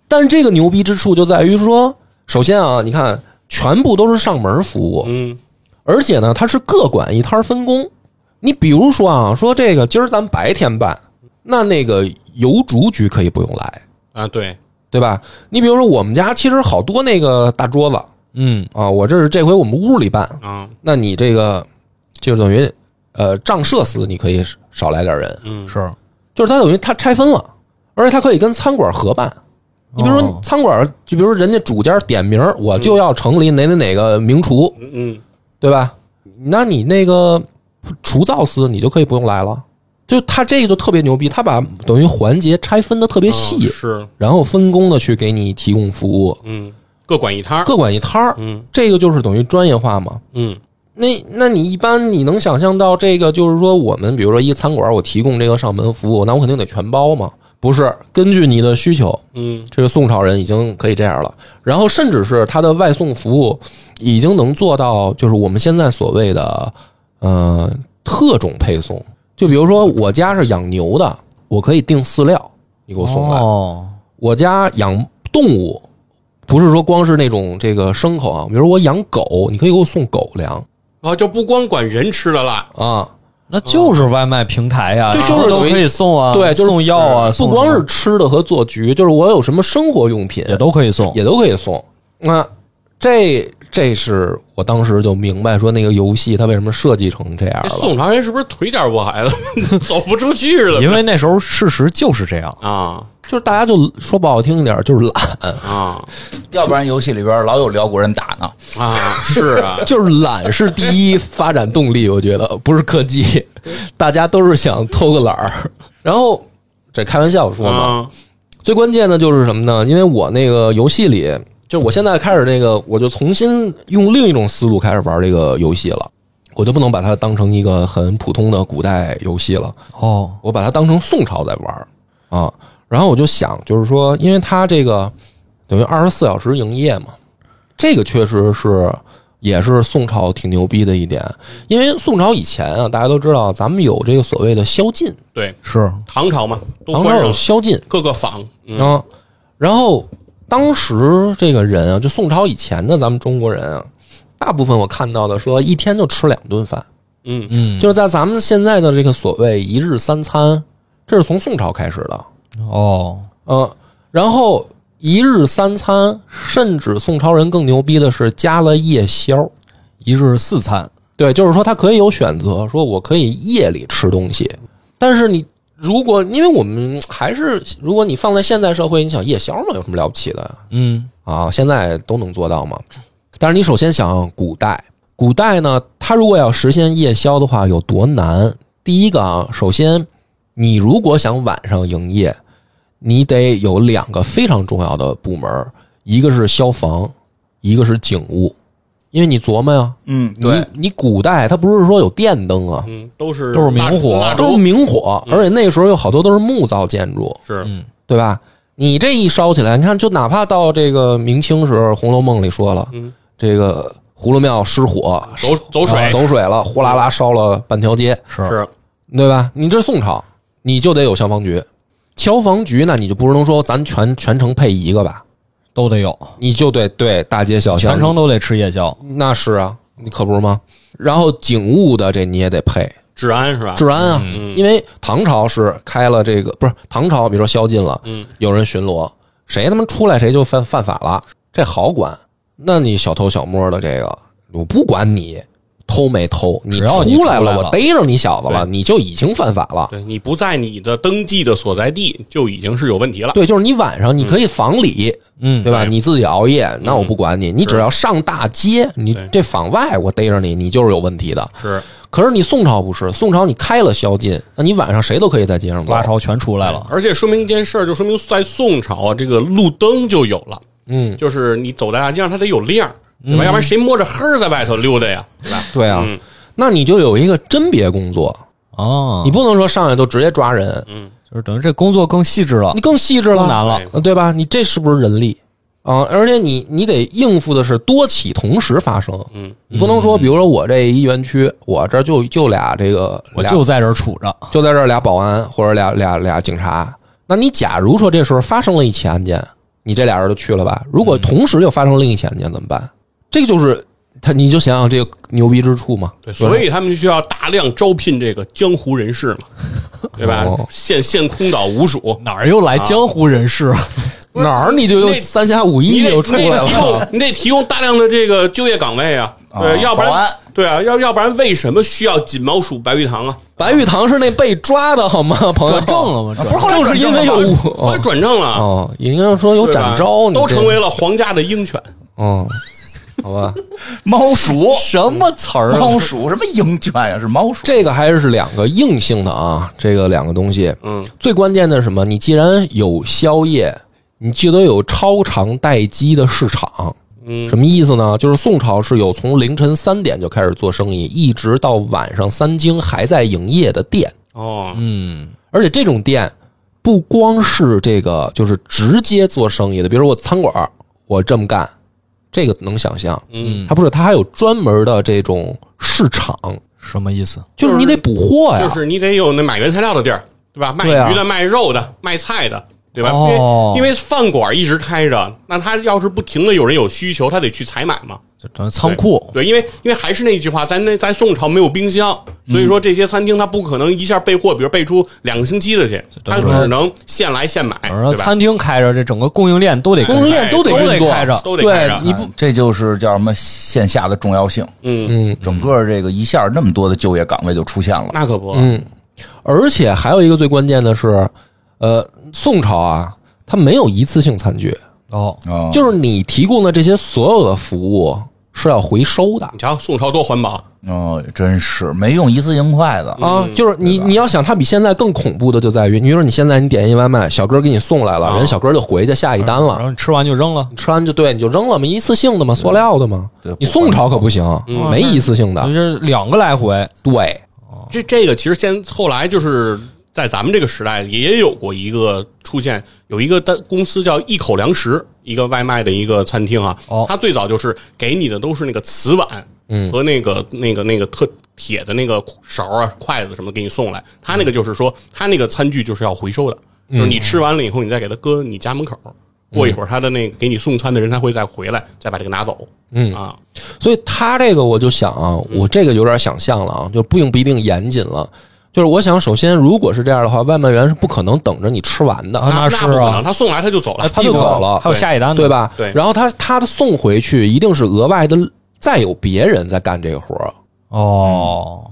A: 但是这个牛逼之处就在于说，首先啊，你看全部都是上门服务，
C: 嗯，
A: 而且呢，它是各管一摊儿分工。你比如说啊，说这个今儿咱白天办，那那个邮竹局可以不用来，
C: 啊，对，
A: 对吧？你比如说我们家其实好多那个大桌子
D: 嗯，
A: 啊，我这是这回我们屋里办，
C: 啊，
A: 那你这个就等于呃账设司你可以少来点人，
C: 嗯，
D: 是
A: 就是它等于它拆分了，而且它可以跟餐馆合办。你比如说
D: 哦
A: 餐馆，就比如说人家主家点名儿，我就要城里哪哪哪个名厨，
C: 嗯
A: 对吧？那你那个除灶司，你就可以不用来了。就他这个就特别牛逼，他把等于环节拆分的特别
C: 嗯，
A: 细，
C: 啊是，
A: 然后分工的去给你提供服务，
C: 嗯，各管一摊儿，
A: 各管一摊儿。
C: 嗯
A: 这个就是等于专业化嘛。
C: 嗯，
A: 那那你一般你能想象到这个，就是说我们比如说一餐馆，我提供这个上门服务，那我肯定得全包嘛？不是，根据你的需求，
C: 嗯
A: 这个宋朝人已经可以这样了，然后甚至是他的外送服务已经能做到，就是我们现在所谓的呃特种配送。就比如说我家是养牛的，我可以订饲料，你给我送来。
D: 哦，
A: 我家养动物，不是说光是那种这个牲口啊，比如我养狗，你可以给我送狗粮
C: 啊，就不光管人吃的啦，
A: 啊。
D: 那就是外卖平台呀，
A: 对就是
D: 都
A: 等于
D: 可以送啊，
A: 对，就是
D: 送药啊，
A: 不
D: 送
A: 光
D: 什
A: 是
D: 么
A: 吃的和做局，就是我有什么生活用品
D: 哦也都可以送，
A: 也都可以送。那这这是我当时就明白说那个游戏它为什么设计成这样
C: 这
A: 了。
C: 宋朝人是不是腿脚不好了， 走不出去了？
D: 因为那时候事实就是这样。
C: 啊
A: 就是大家就说不好听一点，就是懒，
C: 啊
B: 要不然游戏里边老有辽国人打呢。
C: 啊！是啊，
A: 就是懒是第一发展动力，我觉得不是科技，大家都是想偷个懒儿。然后 这开玩笑说嘛，
C: 啊
A: 最关键的就是什么呢？因为我那个游戏里，就我现在开始那个，我就重新用另一种思路开始玩这个游戏了。我就不能把它当成一个很普通的古代游戏了，
D: 哦，
A: 我把它当成宋朝在玩儿啊。然后我就想，就是说，因为它这个等于二十四小时营业嘛，这个确实是也是宋朝挺牛逼的一点。因为宋朝以前啊，大家都知道，咱们有这个所谓的宵禁，
C: 对，
D: 是
C: 唐朝嘛，都
A: 唐朝
C: 关
A: 有
C: 上
A: 宵禁，
C: 各个坊，嗯
A: 啊，然后当时这个人啊，就宋朝以前的咱们中国人啊，大部分我看到的说一天就吃两顿饭，
C: 嗯
D: 嗯，
A: 就是在咱们现在的这个所谓一日三餐，这是从宋朝开始的，
D: 哦，
A: 嗯、然后一日三餐，甚至宋朝人更牛逼的是加了夜宵，
D: 一日四餐，
A: 对，就是说他可以有选择，说我可以夜里吃东西，但是你如果因为我们还是如果你放在现代社会，你想夜宵嘛，有什么了不起的呀？
D: 嗯，
A: 啊，现在都能做到吗？但是你首先想古代，古代呢，它如果要实现夜宵的话，有多难？第一个啊，首先你如果想晚上营业，你得有两个非常重要的部门儿，一个是消防，一个是警务，因为你琢磨呀、
B: 嗯，
A: 你，你古代它不是说有电灯啊，
C: 嗯，都是
D: 都是明火
C: 蜡
A: 都
C: 烛嗯
A: 是明火，而且那时候有好多都是木造建筑，
C: 是
A: 对吧？你这一烧起来，你看，就哪怕到这个明清时候，《红楼梦》里说了，
C: 嗯
A: 这个葫芦庙失火，
C: 走走
A: 啊
C: 水
A: 走水了，呼啦啦烧了半条街，
D: 是
C: 是
A: 对吧？你这宋朝，你就得有消防局，消防局那你就不能说咱全全城配一个吧，
D: 都得有，
A: 你就得对大街小巷
D: 全程都得吃夜宵。
A: 那是啊，你可不是吗？然后警务的这你也得配，
C: 治安是吧？
A: 治安啊，
C: 嗯
A: 因为唐朝是开了这个，不是唐朝，比如说宵禁了，
C: 嗯，
A: 有人巡逻，谁他妈出来谁就犯犯法了，这好管。那你小偷小摸的这个，我不管你偷没偷，你
D: 只要你
A: 出来
D: 出来了
A: 我逮着你小子了，你就已经犯法了。
C: 对你不在你的登记的所在地，就已经是有问题了。
A: 对，就是你晚上你可以防里，
D: 嗯，
A: 对吧？
C: 对
A: 你自己熬夜，那我不管你，你只要上大街，你
C: 嗯对
A: 这坊外我逮着你，你就是有问题的。
C: 是
A: 可是你宋朝不是，宋朝你开了宵禁，那你晚上谁都可以在街上走
D: 拉。潮全出
A: 啊
D: 来了。
C: 而且说明一件事儿，就说明在宋朝啊，这个路灯就有了，
A: 嗯，
C: 就是你走在大街上，它得有亮，对吧？要不然谁摸着黑儿在外头溜达呀，对吧？
A: 对啊，
C: 嗯
A: 那你就有一个甄别工作，
D: 哦，
C: 嗯
A: 你不能说上来就直接抓人，
D: 就是等于这工作更细致了
A: 你，更细致了，
D: 更难
C: 哎
D: 了。
A: 呃对吧？你这是不是人力啊？而且你你得应付的是多起同时发生，
C: 嗯，
A: 你不能说，比如说我这一园区，我这就就俩这个
D: 我
A: 俩
D: 就在这儿杵着。
A: 就在这儿俩保安或者俩俩俩警察，那你假如说这时候发生了一起案件，你这俩人就去了吧？如果同时又发生另一起案件怎么办？这个就是他，你就想想这个牛逼之处嘛。
C: 对，所以他们就需要大量招聘这个江湖人士嘛，对吧
A: 哦？
C: 限限空岛无数，
D: 哪儿又来江湖人士啊？
A: 哪儿你就又
C: 那
A: 三侠五义
C: 你
A: 就
C: 得
A: 出来
C: 你得提
A: 了啊
C: 供，你得提供大量的这个就业岗位啊，
B: 啊
C: 对，要不
B: 保
C: 然
B: 安
C: 对啊，要要不然为什么需要锦毛鼠白玉堂啊？
A: 白玉堂是那被抓的好吗，朋友？
D: 转正了吗？
B: 啊
D: 转
B: 不是后来
A: 正是因为有
B: 转
C: 后来
A: 哦
C: 转正了，
A: 哦，应该说有
C: 对吧
A: 展昭，你
C: 都
A: 这
C: 成为了皇家的鹰犬。
A: 嗯，好吧，
B: 猫鼠，
D: 什么词儿啊？
A: 嗯
B: 猫鼠，什么鹰犬呀？是猫鼠。
A: 这个还是两个硬性的啊，这个两个东西，
C: 嗯，
A: 最关键的是什么？你既然有宵夜，你就得有超长待机的市场。
C: 嗯
A: 什么意思呢？就是宋朝是有从凌晨三点就开始做生意，一直到晚上三更还在营业的店，
C: 哦，
D: 嗯，
A: 而且这种店不光是这个，就是直接做生意的，比如说我餐馆儿，我这么干，这个能想象。
C: 嗯，
A: 它不是，它还有专门的这种市场，
D: 什么意思？
A: 就是
D: 哎
A: 你得补货呀。
C: 就是你得有那买原材料的地儿，对吧？卖
A: 对啊
C: 鱼的、卖肉的、卖菜的，对吧？
D: 哦
C: 因为因为饭馆一直开着，那他要是不停的有人有需求，他得去采买嘛。
D: 这等于仓库，
C: 对，因为因为还是那句话，咱那在宋朝没有冰箱，所以说这些餐厅它不可能一下备货，比如备出两个星期的去，它只能现来现买，
D: 等于
C: 对吧？
D: 餐厅开着，这整个供应链都得
A: 供应链都得
D: 都
A: 运
D: 得
A: 作，
D: 开着
C: 都得开
A: 对
C: 着，
A: 你不
B: 哎这就是叫什么线下的重要性。
C: 嗯，
B: 整个这个一下那么多的就业岗位就出现了。
C: 那可不，
D: 嗯
A: 而且还有一个最关键的是，呃，宋朝啊，它没有一次性餐具，
D: 哦，
B: 啊，
A: 就是你提供的这些所有的服务是要回收的
C: 你瞧宋朝多环保，
B: 哦，真是没用一次性筷子，
A: 啊，就是你你要想，它比现在更恐怖的就在于，你比如说你现在你点一外卖，小哥给你送来了，人小哥就回去下一单
D: 然
A: 了。
D: 后你吃完就扔了，
A: 你吃完就对，你就扔了嘛，一次性的嘛，塑料的嘛
B: 对。
A: 你宋朝可不行，没一次性的
D: 等于。是两个来回，
A: 对，
C: 这这个其实现后来就是在咱们这个时代也有过一个出现，有一个单公司叫一口粮食，一个外卖的一个餐厅啊，
D: 哦
C: 它最早就是给你的都是那个瓷碗，嗯，和那个那个那个特铁的那个勺啊、筷子什么给你送来，它那个就是说，它那个餐具就是要回收的，就是你吃完了以后，你再给它搁你家门口。过一会儿，他的那个给你送餐的人，他会再回来，再把这个拿走。嗯啊，
A: 所以他这个我就想啊，我这个有点想象了啊，就不用不一定严谨了。就是我想，首先如果是这样的话，外卖员是不可能等着你吃完的，
D: 啊
C: 那
D: 那是
C: 不可能，
D: 啊，
C: 他送来他就走了，
A: 他就走了
D: 还有下一单呢
A: 对？吧？
C: 对
A: 然后他他的送回去一定是额外的，再有别人在干这个活儿。
D: 哦，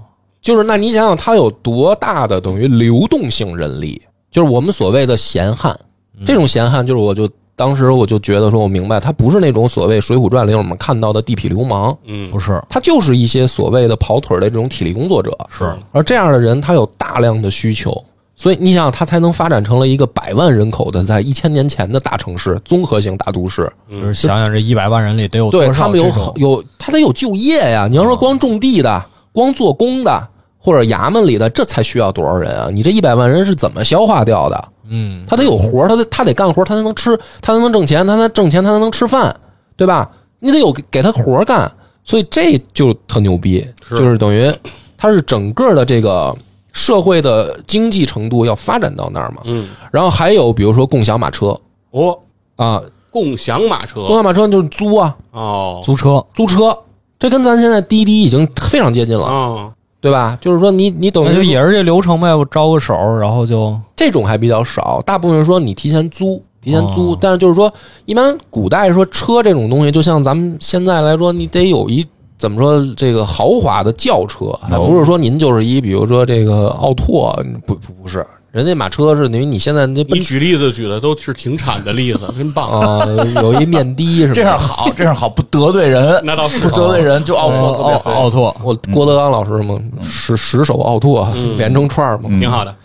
A: 就是那你想想，他有多大的等于流动性人力？就是我们所谓的闲汉，这种闲汉就是我就当时我就觉得说，我明白他不是那种所谓《水浒传》里我们看到的地痞流氓，
C: 嗯，
D: 不是，
A: 他就是一些所谓的跑腿儿的这种体力工作者。
C: 是
A: 而这样的人，他有大量的需求，所以你想想，他才能发展成了一个百万人口的，在一千年前的大城市、综合型大都市。
D: 就是想想这一百万人里得有
A: 嗯对
D: 多
A: 他
D: 少
A: 们
D: 这
A: 有
D: 种啊
A: 很有，他得有就业呀。你要说光种地的、光做工的或者衙门里的，这才需要多少人啊？你这一百万人是怎么消化掉的？
D: 嗯，
A: 他得有活儿，他得他得干活儿，他才能吃，他才能挣钱，他才挣钱，他才能吃饭，对吧？你得有给给他活儿干，所以这就特牛逼，
C: 是
A: 就是等于他是整个的这个社会的经济程度要发展到那儿嘛。
C: 嗯，
A: 然后还有比如说共享马车
C: 哦，
A: 啊，
C: 共享
A: 共
C: 马车
A: 享马车就是租啊，
C: 哦
D: 租车
A: 租车，这跟咱现在滴滴已经非常接近了，
D: 嗯
C: 啊，
A: 对吧？就是说你你等
D: 那就
A: 于
D: 也是这流程呗，我招个手，然后就
A: 这种还比较少，大部分说你提前租，提前租。
D: 哦
A: 但是就是说，一般古代说车这种东西，就像咱们现在来说，你得有一怎么说这个豪华的轿车，还不是说您就是一比如说这个奥拓，不不不是，人家马车是等于你现在那奔
C: 你举例子举的都是挺惨的例子，真棒！
A: 啊、有一面的什
B: 这
A: 么的。
B: 样好，这样好，不得罪人，
C: 那倒是
B: 不得罪人，就哦奥拓特别
D: 奥
B: 好。
D: 哦奥拓
A: 我郭德纲老师嘛，十十手奥拓 连成串儿嘛，
D: 嗯
C: 挺好的，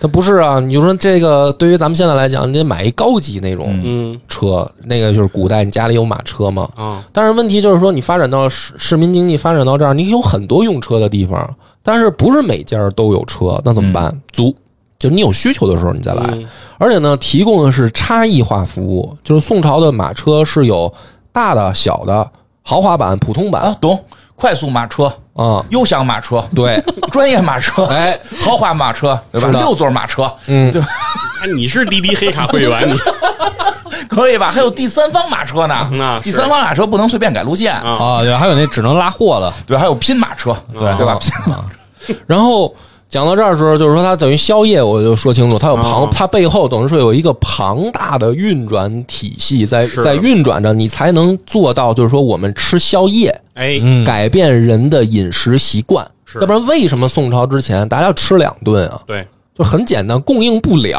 A: 它不是啊，你就说这个对于咱们现在来讲，你得买一高级那种
C: 嗯
A: 车，那个就是古代你家里有马车嘛。
C: 啊，
A: 但是问题就是说，你发展到市市民经济发展到这儿，你有很多用车的地方，但是不是每家都有车，那怎么办？租，就你有需求的时候你再来。
C: 嗯
A: 而且呢，提供的是差异化服务，就是宋朝的马车是有大的、小的、豪华版、普通版
B: 啊，懂？快速马车、
A: 啊、
B: 优享马 车、
A: 对，
B: 专业马车、
A: 哎，
B: 豪华马车，对吧？
A: 是的
B: 六座马车
A: 嗯，
C: 啊你是滴滴黑卡会员，你
B: 可以吧？还有第三方马车呢，
C: 那是
B: 第三方马车不能随便改路线，
C: 啊
D: 啊，对，还有那只能拉货的，
B: 对，还有拼马车，对对吧？拼
A: 啊然后讲到这儿的时候，就是说它等于宵夜，我就说清楚，它有庞，
C: 哦
A: 它背后等于是有一个庞大的运转体系在
C: 是
A: 在运转着，你才能做到，就是说我们吃宵夜，
C: 哎，
D: 嗯，
A: 改变人的饮食习惯。
C: 是
A: 要不然为什么宋朝之前大家要吃两顿啊？
C: 对
A: 就很简单，供应不了。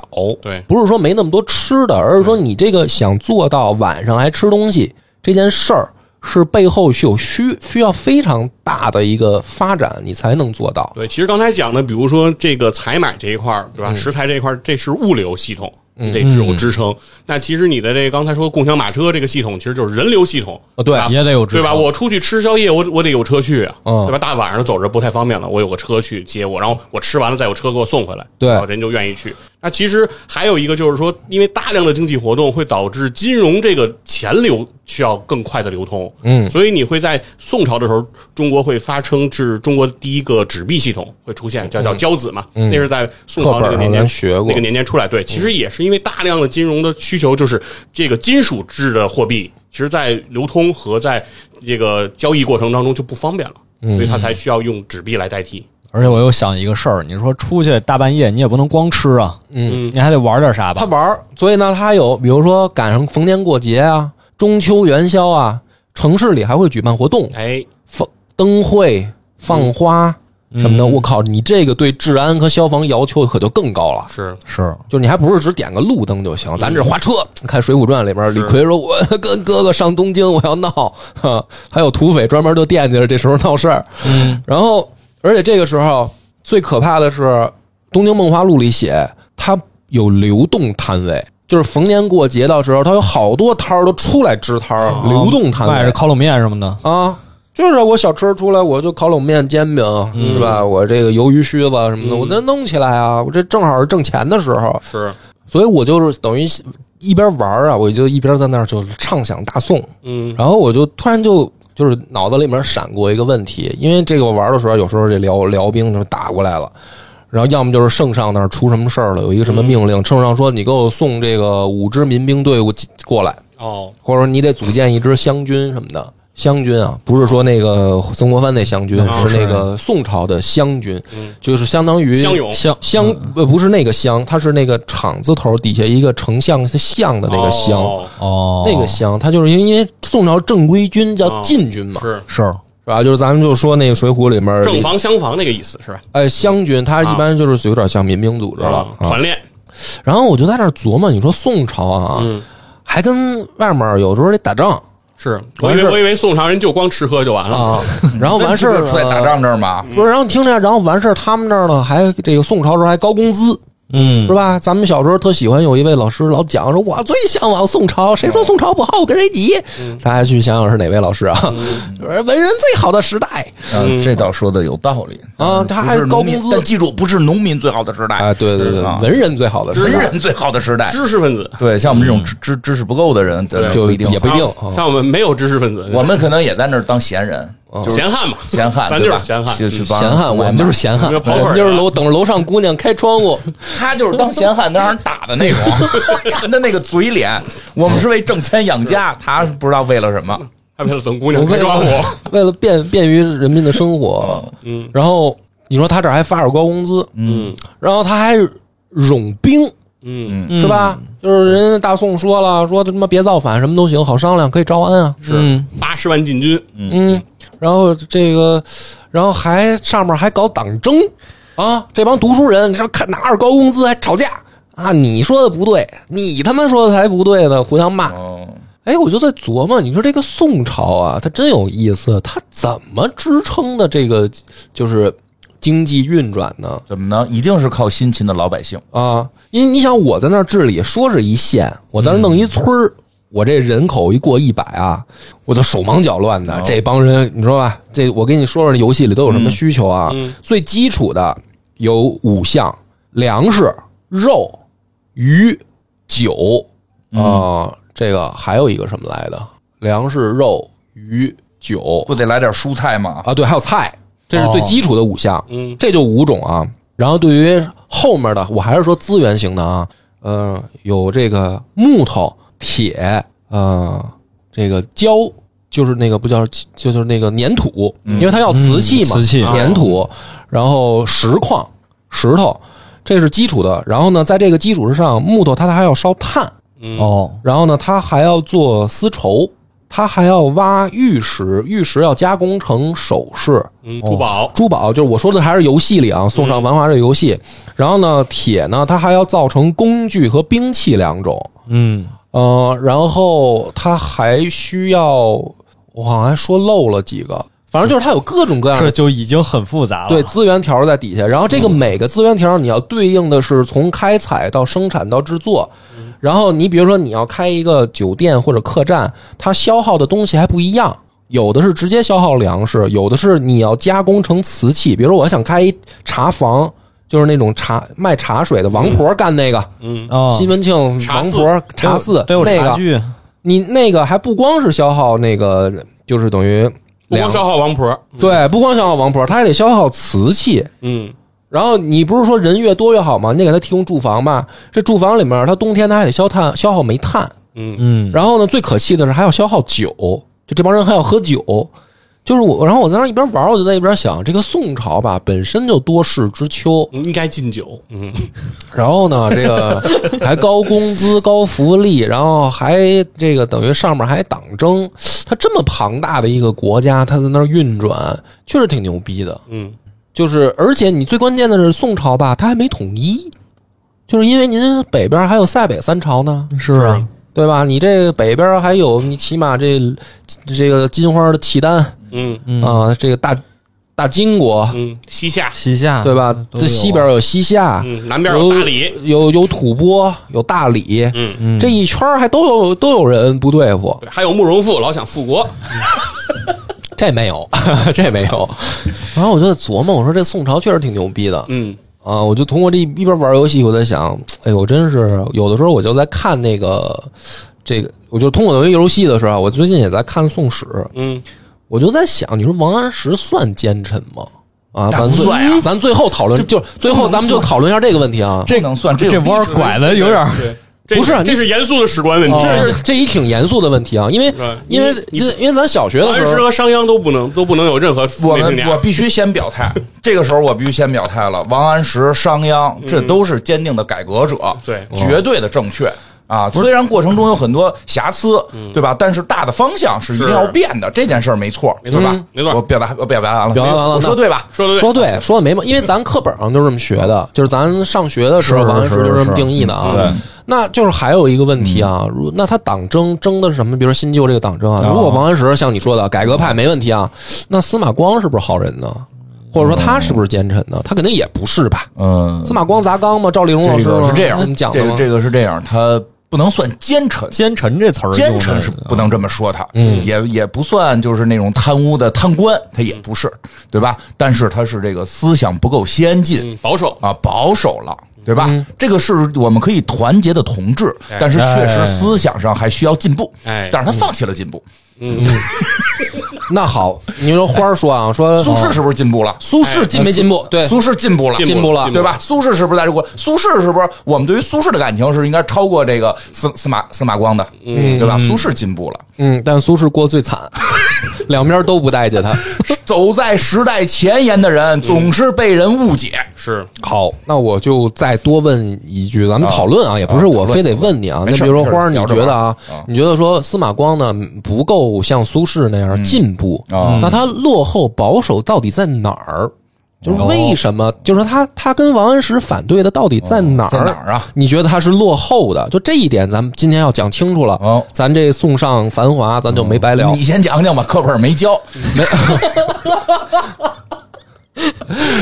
C: 对，
A: 不是说没那么多吃的，而是说你这个想做到晚上还吃东西这件事儿，是背后是有需需要非常大的一个发展，你才能做到。
C: 对，其实刚才讲的，比如说这个采买这一块儿，
D: 嗯
C: 对吧？食材这一块儿，这是物流系统，你得只有支撑。那其实你的这个刚才说共享马车这个系统，其实就是人流系统，
A: 啊，对
C: 啊
D: 哦也得有支
C: 对吧？
D: 撑
C: 我出去吃宵夜，我我得有车去啊，
A: 嗯
C: 对吧？大晚上走着不太方便了，我有个车去接我，然后我吃完了再有车给我送回来，
A: 对
C: 然后人就愿意去。那其实还有一个就是说，因为大量的经济活动会导致金融这个钱流需要更快的流通，
A: 嗯
C: 所以你会在宋朝的时候，中国会发称是中国第一个纸币系统会出现，叫叫交子嘛，
A: 嗯
C: 那是在宋朝那个
A: 课
C: 年
A: 本上咱
C: 间
A: 学过
C: 那个年间出来。对，其实也是因为大量的金融的需求，就是这个金属制的货币，其实在流通和在这个交易过程当中就不方便了，
A: 嗯
C: 所以它才需要用纸币来代替。
D: 而且我又想一个事儿，你说出去大半夜，你也不能光吃啊，
A: 嗯，
D: 你还得玩点啥
A: 他
D: 吧？
A: 玩儿，所以呢，他有比如说赶上逢年过节啊、中秋元宵啊，城市里还会举办活动，
C: 哎，
A: 放灯会、放花什么的。我靠，你这个对治安和消防要求可就更高了。
C: 是
D: 是，
A: 就是你还不是只点个路灯就
D: 嗯
A: 行，咱这花车。看《水浒传》里边，李逵说：“我跟哥哥上东京，我要闹。” 哈，还有土匪专门就惦记着这时候闹事儿。嗯，然后而且这个时候最可怕的是，《东京梦华录》里写它有流动摊位，就是逢年过节到时候，它有好多摊儿都出来支摊儿，流动摊
D: 哦卖着
A: 位
D: 烤冷面什么的，
A: 啊。就是我小吃出来，我就烤冷面、煎饼，
D: 嗯
A: 是吧？我这个鱿鱼须子什么的，我再弄起来啊！我这正好是挣钱的时候，
C: 是，
A: 所以我就是等于一边玩儿啊，我就一边在那儿就是畅想大宋，
C: 嗯，
A: 然后我就突然就就是脑子里面闪过一个问题，因为这个我玩的时候，有时候这辽辽兵就打过来了。然后要么就是圣上那儿出什么事儿了，有一个什么命令，圣上说你给我送这个五支民兵队伍进过来，
C: 哦，
A: 或者说你得组建一支湘军什么的。湘军啊，不是说那个曾国藩那湘军，
C: 哦
A: 是那个宋朝的湘军，
C: 嗯
A: 就是相当于
C: 湘勇嗯
A: 湘湘呃不是那个湘，它是那个厂字头底下一个丞相相的那个湘，
C: 哦嗯
D: 哦，
A: 那个湘，它就是因为因为宋朝正规军叫禁军嘛，
C: 是
D: 是
A: 是吧？就是咱们就说那个《水浒》里面
C: 正房相房那个意思是吧？
A: 呃湘军，它一般就是有点像民兵组织了。
C: 啊
A: 啊
C: 团练，
A: 然后我就在那儿琢磨，你说宋朝啊，
C: 嗯
A: 还跟外面有时候得打 仗。
C: 是我
A: 完
C: 以
A: 事
C: 为
A: 儿
C: 我以为宋朝人就光吃喝就完了，
A: 啊，然后完事儿
B: 那不是出来打
A: 呢
B: 仗这儿吗？
A: 不是，然后听着，然后完事儿，他们那儿呢还这个宋朝时候还高工资，
D: 嗯
A: 是吧？咱们小时候特喜欢有一位老师老讲说，我最向往宋朝，谁说宋朝不好，我跟谁急。大家去想想是哪位老师啊？就是文人最好的时代
B: 嗯，这倒说的有道理
A: 呃
B: 嗯
A: 啊他还
B: 不是
A: 高
B: 农民
A: 工资
B: 但记住，不是农民最好的时代，
A: 啊，对对对
B: 是啊，
A: 文人最好的时
B: 文
A: 代，
B: 人最好的时代。
C: 知识分子
B: 对，像我们这种知知知识不够的人，对
A: 就
B: 不一定
A: 也。不一定
C: 像
A: 啊
C: 像我们没有知识分子，
B: 我们可能也在那儿当闲人，就是
C: 闲汉嘛，
B: 闲汉，
C: 哦咱
B: 对
C: 就是
B: 吧
C: 闲汉
B: 就去帮
A: 闲汉，我们就是闲汉，
C: 我们就跑腿儿
A: 我们
B: 啊
A: 就是楼等着楼上姑娘开窗 户，
B: 他就是当闲汉，能让人打的那种， 看他那个嘴脸。我们是为挣钱养家，他不知道为了什么。
C: 还为了等姑
A: 我
C: 娘
A: 为
C: 别抓
A: 了
C: 我，
A: 为了便便于人民的生活，
C: 嗯，
A: 然后你说他这儿还发着高工资，
C: 嗯
A: 然后他还冗兵，
C: 嗯
A: 是吧？就是人家大宋说了，说他妈别造反，什么都行，好商量，可以招安啊。
D: 嗯
C: 是八十万禁军，
A: 嗯，然后这个，然后还上面还搞党争啊，这帮读书人，你说看拿着高工资还吵架啊？你说的不对，你他妈说的才不对呢，互相骂。
B: 哦，
A: 哎，我就在琢磨，你说这个宋朝啊，它真有意思，它怎么支撑的这个就是经济运转呢？
B: 怎么呢？一定是靠辛勤的老百姓。
A: 啊，因为你想我在那儿治理，说是一县，我在那儿弄一村儿，我这人口一过一百啊，我就手忙脚乱的。这帮人，你说吧，这我跟你说说，游戏里都有什么需求啊？最基础的有五项：粮食、肉、鱼、酒啊、这个还有一个什么来的？粮食、肉、鱼、酒
B: 不得来点蔬菜吗？
A: 啊，对，还有菜，这是最基础的五项。
C: 嗯，
A: 这就五种啊。然后对于后面的，我还是说资源型的啊，呃，有这个木头、铁，呃，这个胶，就是那个不叫，就就是那个粘土，因为它要瓷器嘛，
D: 嗯嗯瓷器
A: 粘土，然后石矿、石头，这是基础的。然后呢，在这个基础之上，木头它还要烧炭，
D: 哦，
A: 然后呢，它还要做丝绸，它还要挖玉石，玉石要加工成首饰，
C: 嗯，珠宝，
A: 珠宝，就是我说的还是游戏里啊，宋尚繁华这个游戏。然后呢，铁呢，它还要造成工具和兵器两种，
D: 嗯，
A: 呃，然后它还需要，我好像还说漏了几个，反正就是它有各种各样
D: 这
A: 的。
D: 就已经很复
C: 啊
D: 杂了，
A: 对，资源条在底下，然后这个
C: 嗯
A: 每个资源条你要对应的是从开采到生产到制作，
C: 嗯
A: 然后你比如说你要开一个酒店或者客栈，它消耗的东西还不一样，有的是直接消耗粮食，有的是你要加工成瓷器，比如说我想开一茶房，就是那种茶卖茶水的王婆干那个，
C: 嗯，
D: 啊，
A: 西门庆
C: 茶
A: 王
C: 肆
A: 婆茶肆
D: 得有
A: 那
D: 茶
A: 个，
D: 具，
A: 你那个还不光是消耗那个，就是等于
C: 不光
A: 粮
C: 消耗王婆，
A: 对，不光消耗王婆，它还得消耗瓷器。
C: 嗯，
A: 然后你不是说人越多越好吗？你得给他提供住房吧。这住房里面，它冬天它还得消碳，消耗煤炭。
D: 嗯，
A: 然后呢，最可气的是还要消耗酒，就这帮人还要喝酒。就是我，然后我在那儿一边玩，我就在一边想，这个宋朝吧，本身就多事之秋，
C: 应该禁酒，嗯，
A: 然后呢，这 个还高工资、高福利，然后还这个等于上面还党争，它这么庞大的一个国家，它在那儿运转，确实挺牛逼的。
C: 嗯，
A: 就是而且你最关键的是宋朝吧，它还没统一，就是因为您北边还有塞北三朝呢，
D: 是啊，
A: 对吧？你这个北边还有你起码这这个金花的契丹啊、
C: 嗯
D: 嗯，
A: 这个大大金国，
C: 嗯，西夏，
D: 西夏
A: 对吧？
D: 都有
A: 这西边有西夏，
C: 嗯，南边有
A: 哦
C: 大理，
A: 有有吐蕃，有大理，
C: 嗯，
D: 嗯
A: 这一圈儿还都有都有人不对付，
C: 对还有慕容复老想复国，
A: 这没有， 这没有。然后我就在琢磨，我说这宋朝确实挺牛逼的
C: 嗯
A: 啊！我就通过这一边玩游戏，我在想，哎呦，真是有的时候我就在看那个这个，我就通过游游戏的时候，我最近也在看《宋史》，
C: 嗯，
A: 我就在想，你说王安石算奸臣吗？啊，
B: 那
A: 咱
B: 不
A: 最、
B: 算呀
A: 咱最后讨论，就是最后咱们就讨论一下这个问题啊。
B: 这能算
D: 这
B: 有
D: 弯儿
B: 逼 格
D: 拐的有点儿，
C: 对，这
A: 不是啊哦
C: 这是严肃的史观
B: 哦
C: 问题，
A: 这是这一挺严肃的问题啊，因为
C: 嗯
A: 因为
C: 你
A: 这因为咱小学的
C: 安
A: 时候
C: 石，和商鞅都不能都不能有任何负
B: 我
C: 面评
B: 们
C: 价
B: 我，必须先表态，这个时候我必须先表态了。王安石、商鞅，这都是坚定的改革者，
C: 对
B: 绝对的正确啊。虽然过程中有很多瑕疵，对吧？但是大的方向是一定要变的，这件事儿没错，
C: 没错
B: 对吧
C: 嗯？没错
B: 我表达我表达完了，
A: 表达完了
B: 我说对吧？
C: 说的
A: 说对，说的没毛，因为咱课本上就是这么学的，就是咱上学的时候，
D: 是
A: 王安石
D: 是
A: 就是这么
D: 是
A: 定义的
B: 嗯
A: 啊。那就是还有一个问题啊，如那他党争争的是什么？比如说新旧这个党争啊，
B: 哦
A: 如果王安石像你说的改革派没问题啊，那司马光是不是好人呢？或者说他是不是奸臣呢？他肯定也不是吧？
B: 嗯
A: 司，马光砸缸吗？赵丽蓉老
B: 这
A: 师
B: 个
A: 吗
B: 是这
A: 那你
B: 样，
A: 讲
B: 这
A: 的吗
B: 个？这个是这样，他不能算奸臣。
D: 奸臣这词儿，
B: 奸臣是不能这么说他，
A: 嗯
B: 也也不算就是那种贪污的贪官，他也不是，对吧？但是他是这个思想不够先进，
C: 嗯，保守，
B: 啊保守了，对吧？
A: 嗯
B: 这个是我们可以团结的同志，
A: 哎
B: 但是确实思想上还需要进步。
C: 哎
B: 但是他放弃了进步。
C: 嗯，
A: 那好，你说花儿说啊，说
B: 苏轼是不是进步了？
A: 哎呃苏轼进没进步？对，
B: 苏轼进步了，
A: 进步了
B: 对吧？？苏轼是不是在这国？苏轼是不是我们对于苏轼的感情是应该超过这个司司马司马光的，嗯，对吧？苏轼进步了，
A: 嗯，但苏轼过最惨， 两边都不待见他。
B: 走在时代前沿的人总是被人误解。
C: 是，
A: 好，那我就再多问一句，咱们讨论啊，也不是我非得问你啊。那
B: 没事
A: 比如说
B: 没事
A: 花儿，你
B: 聊着
A: 觉得啊
B: 玩儿啊，
A: 你觉得说司马光呢不够像苏轼那样进步，
B: 啊
A: 那他落后保守到底在哪儿？就是为什么？就是说他他跟王安石反对的到底在哪儿？
B: 在哪儿啊？
A: 你觉得他是落后的？就这一点，咱们今天要讲清楚了。
B: 哦
A: 咱这送上繁华，咱就没白聊。
B: 你先讲讲吧，课本没教，没。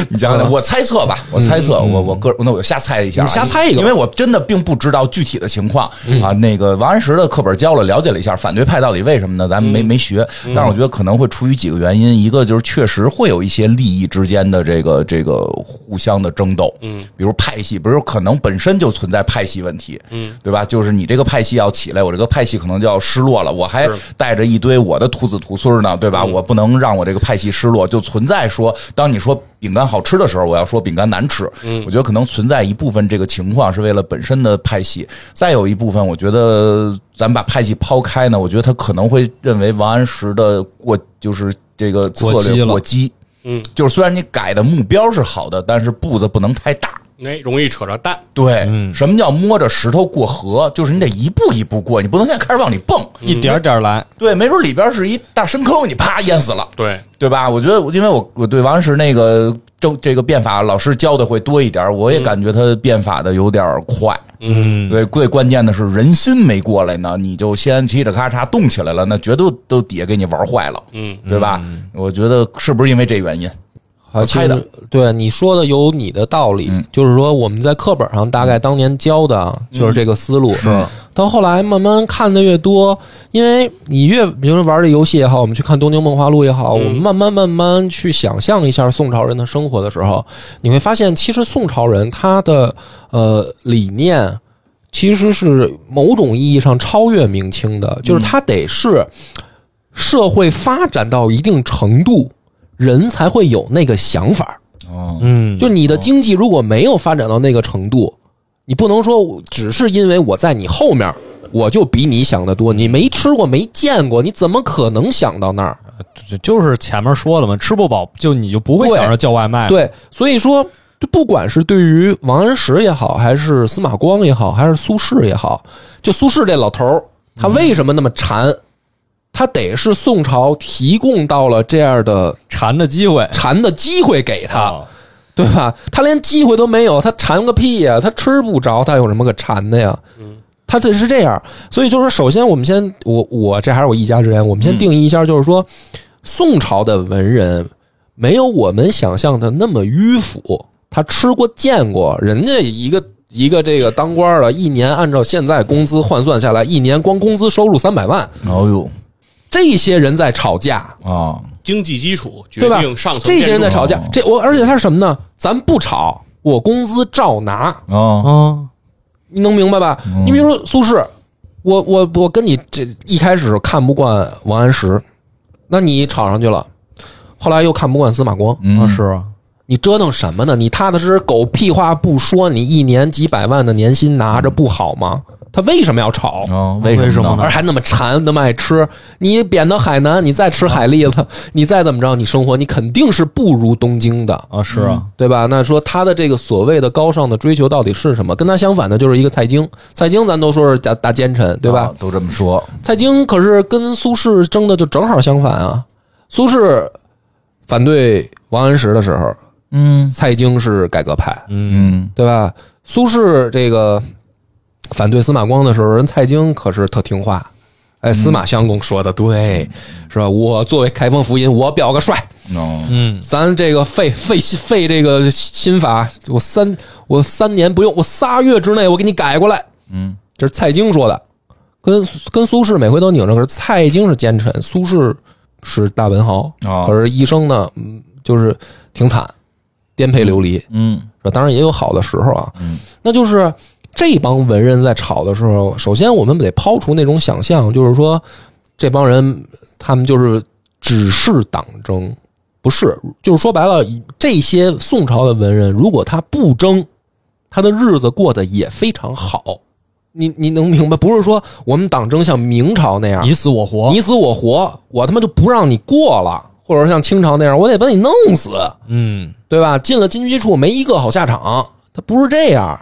B: 你讲
A: 嗯
B: 讲，我猜测吧，我猜测，我我个那我就瞎猜一下啊，
A: 你瞎猜一个吧嗯
B: 因为我真的并不知道具体的情况啊。那个王安石的课本教了，了解了一下反对派到底为什么呢？咱
A: 嗯
B: 们没没学，但是我觉得可能会出于几个原因，一个就是确实会有一些利益之间的这个这个互相的争斗，嗯，比如派系，比如可能本身就存在派系问题，嗯，对吧？就是你这个派系要起来，我这个派系可能就要失落了，我还带着一堆我的徒子徒孙呢，对吧？
D: 嗯
B: 我不能让我这个派系失落，就存在说，当你说饼干好吃的时候，我要说饼干难吃。
D: 嗯
B: 我觉得可能存在一部分这个情况是为了本身的派系，再有一部分，我觉得咱们把派系抛开呢，我觉得他可能会认为王安石的过就是这个策
D: 过激
B: 略
D: 了
B: 过激。
C: 嗯，
B: 就是虽然你改的目标是好的，但是步子不能太大。
C: 哎，容易扯着蛋，
B: 对，
D: 嗯
B: 什么叫摸着石头过河？就是你得一步一步过，你不能现在开始往里蹦。
D: 一点点来，
B: 对，没准里边是一大深坑，你啪淹死了，
C: 对，
B: 对吧？我觉得我，因为我我对王安石那个正这个变法老师教的会多一点，我也感觉他变法的有点快。
D: 嗯，
B: 对，最关键的是人心没过来呢，你就先嘁哩咔嚓动起来了，那绝对都底下给你玩坏了，
C: 嗯，
B: 对吧？我觉得是不是因为这原因？
A: 啊，
B: 猜的
A: 就是对你说的有你的道理，
B: 嗯
A: 就是说我们在课本上大概当年教的啊就是这个思路。是到后来慢慢看的越多，因为你越比如说玩这游戏也好，我们去看《东京梦华录》也好，我
B: 嗯
A: 们慢慢慢慢去想象一下宋朝人的生活的时候，你会发现，其实宋朝人他的呃理念。其实是某种意义上超越明清的，
B: 嗯
A: 就是他得是社会发展到一定程度，人才会有那个想法儿。
B: 哦，
D: 嗯，
A: 就你的经济如果没有发展到那个程度，你不能说我只是因为我在你后面，我就比你想的多。你没吃过，没见过，你怎么可能想到那儿？
D: 就就是前面说了嘛，吃不饱就你就不会想着叫外卖。，
A: 对，所以说，就不管是对于王安石也好，还是司马光也好，还是苏轼也好，就苏轼这老头儿，他为什么那么馋？他得是宋朝提供到了这样的
D: 馋的机会，
A: 馋的机会给他，
D: 啊
A: 对吧？他连机会都没有，他馋个屁呀、他吃不着，他有什么可馋的呀？他这是这样，所以就是说，首先我们先，我我这还是我一家之言，我们先定义一下，就是说，宋朝的文人没有我们想象的那么迂腐，他吃过见过，人家一个一个这个当官的，一年按照现在工资换算下来，一年光工资收入三百万，
B: 哦呦
A: 这些人在吵架，
B: 啊，
C: 经济基础决
A: 对吧
C: 定上层？
A: 这
C: 建筑，
A: 些人在吵架
B: 哦，
A: 这我而且他是什么呢？咱不吵，我工资照拿。
B: 哦，
D: 啊，
A: 你能明白吧？
B: 嗯
A: 你比如说苏轼，我我我跟你这一开始看不惯王安石，那你吵上去了，后来又看不惯司马光，
B: 嗯
D: 啊是啊，
A: 你折腾什么呢？你踏踏实实狗屁话不说，你一年几百万的年薪拿着不好吗？他为什么要吵？
B: 哦，为什
D: 为什么
B: 呢
D: 呢？
A: 而还那么馋，那么爱吃，你贬到海南，你再吃海蛎子，你再怎么着，你生活你肯定是不如东京的。
D: 啊是啊，
A: 对吧？那说他的这个所谓的高尚的追求到底是什么？跟他相反的就是一个蔡京，蔡京咱都说是大大奸臣，对吧？
B: 啊？都这么说，
A: 蔡京可是跟苏轼争的就正好相反啊。苏轼反对王安石的时候，
B: 嗯
A: 蔡京是改革派，
B: 嗯
A: 对吧？苏轼这个反对司马光的时候，人蔡京可是特听话。哎，司马相公说的对，是吧？我作为开封府尹，我表个率，
B: 哦，
D: 嗯，
A: 咱这个废废废这个新法，我三我三年不用，我仨月之内我给你改过来。
B: 嗯，
A: 这是蔡京说的，跟跟苏轼每回都拧着。可是蔡京是奸臣，苏轼是大文豪，
B: 哦
A: 可是一生呢，嗯，就是挺惨，颠沛流离。
B: 嗯
A: 是吧当然也有好的时候啊。
B: 嗯
A: 那就是这帮文人在吵的时候，首先我们得抛除那种想象，就是说这帮人他们就是只是党争，不是，就是说白了，这些宋朝的文人，如果他不争，他的日子过得也非常好。你你能明白？不是说我们党争像明朝那样，
D: 你死我活，
A: 嗯你死我活，我他妈就不让你过了，或者像清朝那样，我得把你弄死。
D: 嗯
A: 对吧？进了军机处没一个好下场，他不是这样。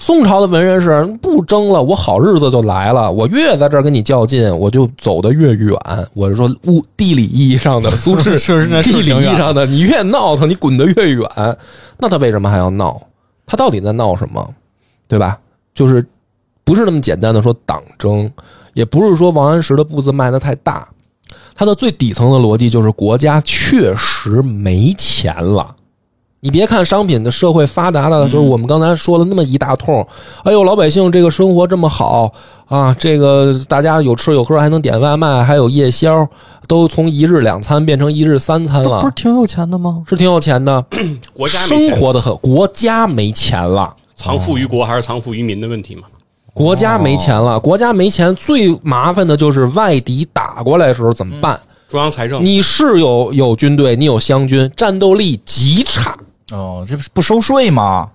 A: 宋朝的文人是不争了，我好日子就来了。我越在这儿跟你较劲，我就走得越远。我是说物地理意义上的苏轼
D: 是 是那是
A: 地理
D: 挺
A: 意
D: 远
A: 义上的，你越闹腾，你滚得越远。那他为什么还要闹？他到底在闹什么？对吧？就是不是那么简单的说党争，也不是说王安石的步子迈得太大。他的最底层的逻辑就是国家确实没钱了。你别看商品的社会发达了，
B: 嗯
A: 就是我们刚才说了那么一大通，哎呦，老百姓这个生活这么好啊，这个大家有吃有喝，还能点外卖，还有夜宵，都从一日两餐变成一日三餐了，
D: 挺有钱的吗？
A: 是挺有钱的，
C: 国家没
A: 生
C: 钱
A: 活的很，国家没钱了。
C: 藏富于国还是藏富于民的问题嘛？
A: 国家没钱
B: 哦
A: 了，国家没钱，最麻烦的就是外敌打过来的时候怎么
B: 嗯
A: 办？
C: 中央财政
A: 你是有有军队，你有湘军，战斗力极差，
B: 哦，这不是不收税吗？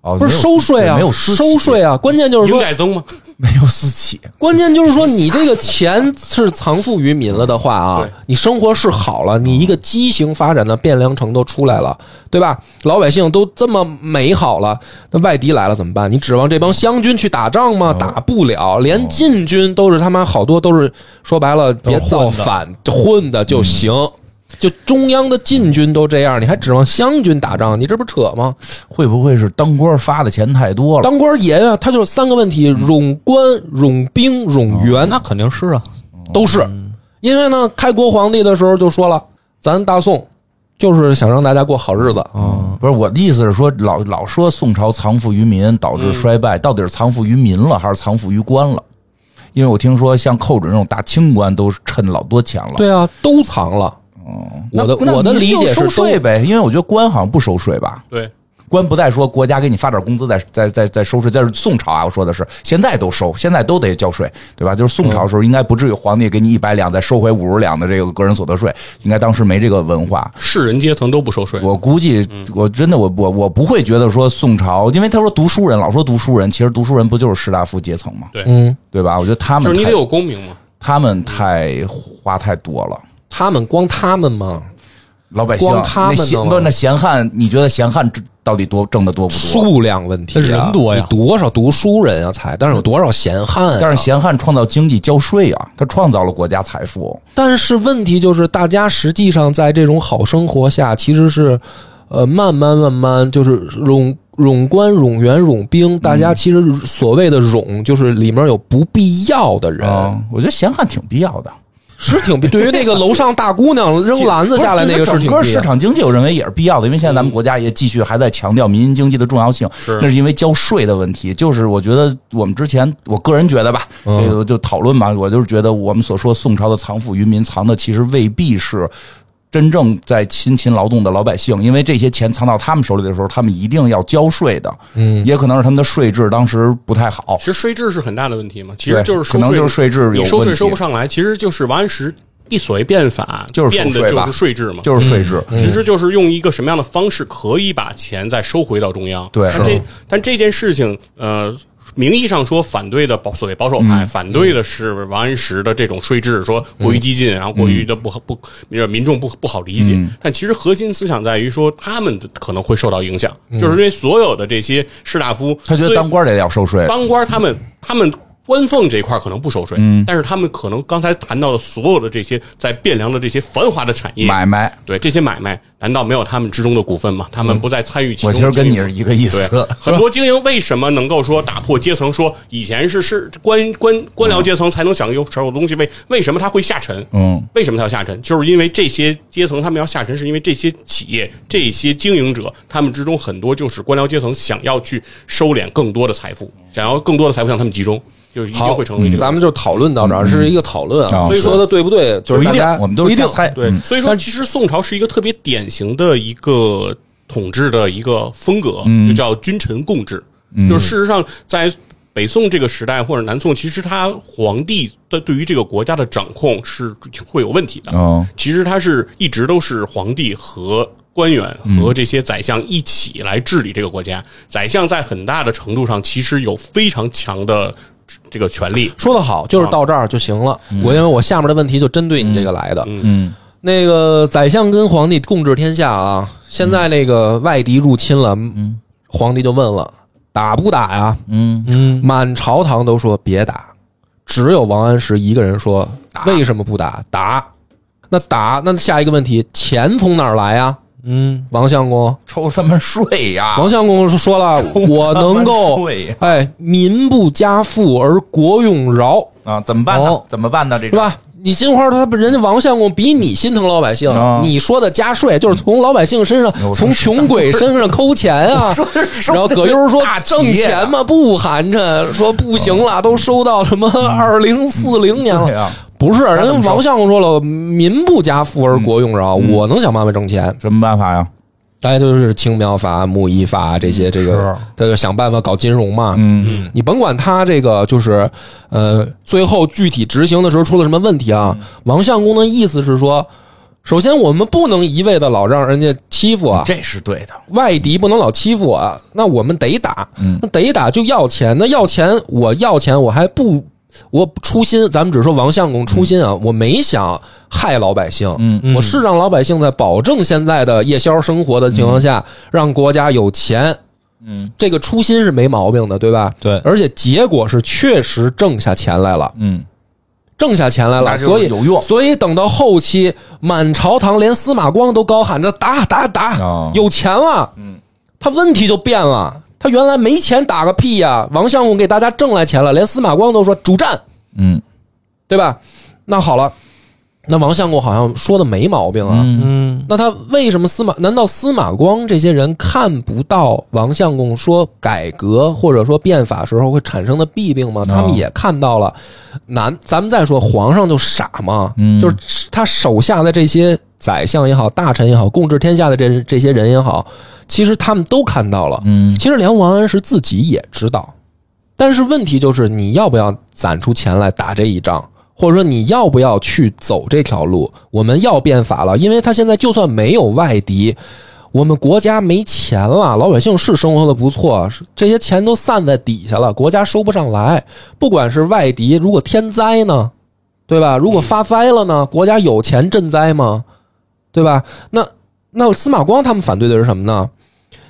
B: 哦，
A: 不是
B: 没有
A: 收税啊，
B: 没有私企
A: 收税啊，关键就是
C: 应
A: 说，
C: 该增吗？
B: 没有私企，
A: 关键就是说，你这个钱是藏富于民了的话啊
C: 对，
A: 你生活是好了，你一个畸形发展的汴梁城都出来了，对吧？老百姓都这么美好了，那外敌来了怎么办？你指望这帮湘军去打仗吗？打不了，连晋军都是他妈好多都是说白了，别造反混的就行。就中央的晋军都这样，你还指望湘军打仗？你这不扯吗？
B: 会不会是当官发的钱太多了？
A: 当官爷呀、他就是三个问题：冗官、冗兵、冗员。
D: 那肯定是啊，
B: 哦
A: 都是，因为呢，开国皇帝的时候就说了，咱大宋就是想让大家过好日子啊、
B: 不是我的意思是说，老老说宋朝藏富于民导
A: 嗯
B: 致衰败，到底是藏富于民了还是藏富于官了？因为我听说像寇准这种大清官都是趁老多钱了。
A: 对啊，都藏了。
B: 那，
A: 我的
B: 哦那
A: 我的
B: 你
A: 理
B: 就
A: 解是
B: 收
A: 都
B: 税呗，因为我觉得官好像不收税吧。
C: 对，
B: 官不再说国家给你发点工资再再再再收税，但是宋朝啊，我说的是现在都收，现在都得交税，对吧？就是宋
C: 嗯
B: 朝的时候，应该不至于皇帝给你一百两再收回五十两的这个个人所得税，应该当时没这个文化。
C: 士人阶层都不收税。
B: 我估计，
C: 嗯
B: 我真的我我我不会觉得说宋朝，因为他说读书人老说读书人，其实读书人不就是士大夫阶层吗？
C: 对
A: 嗯，
B: 对吧？我觉得他
C: 就
B: 们
C: 是你
B: 太
C: 得有功名嘛，
B: 他们太花太多了。
A: 他们光他们嘛，
B: 老百姓，
A: 光他们
B: 那
A: 呢
B: 闲不是那闲汉，你觉得闲汉这到底多挣的多不多？
A: 数量问题、啊，
D: 人多呀
A: 你多少读书人啊才，但是有多少闲汉、啊？
B: 但是闲汉创造经济交税啊，他创造了国家财富。
A: 但是问题就是，大家实际上在这种好生活下，其实是，呃，慢慢慢慢就是冗冗官、冗员、冗兵，大
B: 嗯
A: 家其实所谓的冗，就是里面有不必要的人，
B: 啊，我觉得闲汉挺必要的。
A: 是挺必。对于那个楼上大姑娘扔篮子下来那个是
B: 不
A: 挺
B: 是整个
A: 必
B: 市
A: 要。嗯
B: 场经济，我认为也是必要的，因为现在咱们国家也继续还在强调民营经济的重要性，
C: 是
B: 那是因为交税的问题。就是我觉得我们之前，我个人觉得吧，
A: 嗯
B: 这个就讨论吧，我就是觉得我们所说宋朝的藏富于民，藏的其实未必是。真正在辛勤劳动的老百姓，因为这些钱藏到他们手里的时候，他们一定要交税的。嗯，也可能是他们的税制当时不太好
C: 其。实税制是很大的问题嘛，其实
B: 对
C: 就是收
B: 可能就是税制有
C: 你收
B: 问
C: 税
B: 题
C: 收不上来，其实就是王安石一所谓变法，
B: 就是
C: 变
B: 收
C: 的
B: 税吧
C: 就是税制嘛，
B: 就是税制，
A: 嗯
C: 其实就是用一个什么样的方式可以把钱再收回到中央。
B: 对
C: 但这但这件事情，呃，名义上说反对的保所谓保守
B: 嗯
C: 派，反对的是王安石的这种税制，说过于激进，然后过
B: 嗯
C: 于的不好不民民众不不好理解。但其实核心思想在于说，他们可能会受到影响，就是因为所有的这些士大夫，
B: 他觉得
C: 虽
B: 当官的也要收税。
C: 当官他们他们官俸这一块可能不收税，
B: 嗯
C: 但是他们可能刚才谈到的所有的这些在汴梁的这些繁华的产业
B: 买卖，
C: 对这些买卖，难道没有他们之中的股份吗？他们不再参与其中。
B: 嗯我其实跟你是一个意思。
C: 对，很多精英为什么能够说打破阶层？说以前是是官官官僚阶层才能享有享有东西，为为什么他会下沉？
B: 嗯，
C: 为什么他要下沉？就是因为这些阶层他们要下沉，是因为这些企业、这些经营者，他们之中很多就是官僚阶层想要去收敛更多的财富，想要更多的财富向他们集中，就是一定
A: 好
C: 会成为这，个。
A: 咱们就讨论到这儿，是一个讨论
B: 啊
A: 啊。所以
B: 是
A: 说的对不对？就
B: 不
A: 是
B: 一
A: 大
B: 定
A: 家，
B: 我们都
A: 不
B: 是
A: 一定
B: 瞎猜。嗯
C: 对，所以说其实宋朝是一个特别典型的一个统治的一个风格，
A: 嗯
C: 就叫君臣共治。就是事实上，在北宋这个时代或者南宋，其实他皇帝的对于这个国家的掌控是会有问题的。
B: 哦，
C: 其实他是一直都是皇帝和官员
A: 嗯
C: 和这些宰相一起来治理这个国家。宰相在很大的程度上其实有非常强的这个权力。
A: 说的好，就是到这儿就行了。我因为我下面的问题就针对你这个来的。
B: 嗯，
A: 那个宰相跟皇帝共治天下啊，现
B: 嗯
A: 在那个外敌入侵了，皇帝就问了，打不打呀？
B: 嗯，
A: 满朝堂都说别打，只有王安石一个人说为什么不打？打，那打，那下一个问题，钱从哪儿来啊？
D: 嗯，
A: 王相公，
B: 抽他们税呀、
A: 王相公说了， 我能
B: 抽他们
A: 够
B: 税呀
A: 哎，民不加赋而国用饶，
B: 啊！怎么办呢？
A: 哦
B: 怎么办呢？这
A: 是
B: 种
A: 吧？你金花他人家王相公比你心疼老百姓，
B: 啊
A: 你说的加税就是从老百姓身上、
B: 我说
A: 从穷鬼身上抠钱 啊。然后葛优说
B: 大：“企
A: 挣
B: 业啊啊
A: 钱嘛不寒碜，说不行了，都收到什么二零四零年
B: 嗯对
A: 了
B: 啊，
A: 不是
B: 那怎
A: 人家
B: 么收嗯
A: 王相公说了，民不加富而国用饶，我能想办法挣钱，
B: 什么办法呀？
A: 大家就是青苗法、牧一法这些，这个这个想办法搞金融嘛，
B: 嗯，
A: 你甭管他这个就是，呃，最后具体执行的时候出了什么问题啊？王相公的意思是说，首先我们不能一味的老让人家欺负啊，
B: 这是对的。
A: 外敌不能老欺负啊，那我们得打
B: 嗯，
A: 那得打就要钱，那要钱我要钱我还不。我初心，咱们只说王相公初心啊，我没想害老百姓，
B: 嗯
A: 我是让老百姓在保证现在的夜宵生活的情况下，让国家有钱，
B: 嗯
A: 这个初心是没毛病的，对吧？
D: 对
A: 而且结果是确实挣下钱来了，
B: 嗯，
A: 挣下钱来
B: 那
A: 了，
B: 就是
A: 所以
B: 有用
A: 所以等到后期，满朝堂连司马光都高喊着打打打，
B: 哦
A: 有钱了。嗯，他问题就变了，他原来没钱打个屁呀、王相公给大家挣来钱了，连司马光都说主战，
B: 嗯，
A: 对吧？那好了，那王相公好像说的没毛病啊。
D: 嗯，
A: 那他为什么司马？难道司马光这些人看不到王相公说改革或者说变法时候会产生的弊病吗？他们也看到了。难，咱们再说皇上就傻嘛，
B: 嗯
A: 就是他手下的这些宰相也好、大臣也好、共治天下的这这些人也好，其实他们都看到了。
B: 嗯
A: 其实连王安石自己也知道，但是问题就是你要不要攒出钱来打这一仗，或者说你要不要去走这条路？我们要变法了，因为他现在就算没有外敌，我们国家没钱了，老百姓是生活的不错，是这些钱都散在底下了，国家收不上来。不管是外敌，如果天灾呢，对吧？如果发灾了呢，国家有钱赈灾吗？对吧？那那司马光他们反对的是什么呢？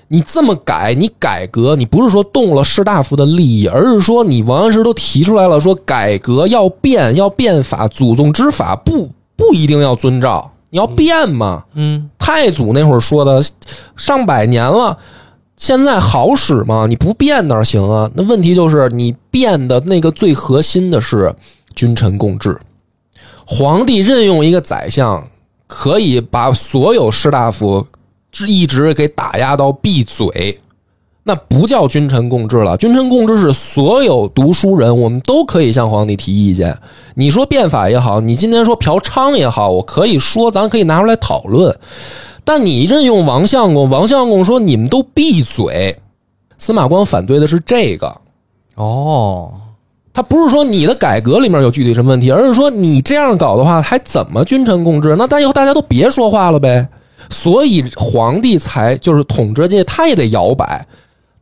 A: 你这么改，你改革，你不是说动了士大夫的利益，而是说你王安石都提出来了，说改革要变，要变法，祖宗之法不不一定要遵照，你要变嘛。
D: 嗯，
A: 太祖那会儿说的，上百年了，现在好使吗？你不变哪儿行啊？那问题就是你变的那个最核心的是君臣共治，皇帝任用一个宰相，可以把所有士大夫一直给打压到闭嘴。那不叫君臣共治了，君臣共治是所有读书人，我们都可以向皇帝提意见。你说变法也好，你今天说嫖娼也好，我可以说，咱可以拿出来讨论。但你任用王相公，王相公说你们都闭嘴。司马光反对的是这个，
D: 哦，
A: 他不是说你的改革里面有具体什么问题，而是说你这样搞的话，还怎么君臣共治？那大以后大家都别说话了呗。所以皇帝才就是统治界，他也得摇摆。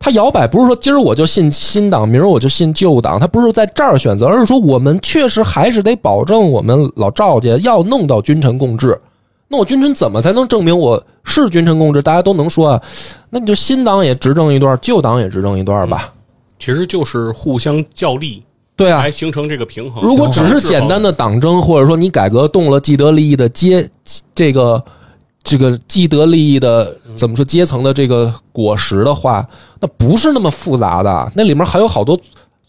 A: 他摇摆不是说今儿我就信新党，明儿我就信旧党，他不是在这儿选择，而是说我们确实还是得保证我们老赵家要弄到君臣共治。那我君臣怎么才能证明我是君臣共治？大家都能说啊，那你就新党也执政一段，旧党也执政一段吧。
C: 其实就是互相较力，
A: 嗯对啊，
C: 来形成这个平衡。
A: 如果只是简单的党争，或者说你改革动了既得利益的阶这个这个既得利益的
C: 嗯
A: 怎么说阶层的这个果实的话，那不是那么复杂的，那里面还有好多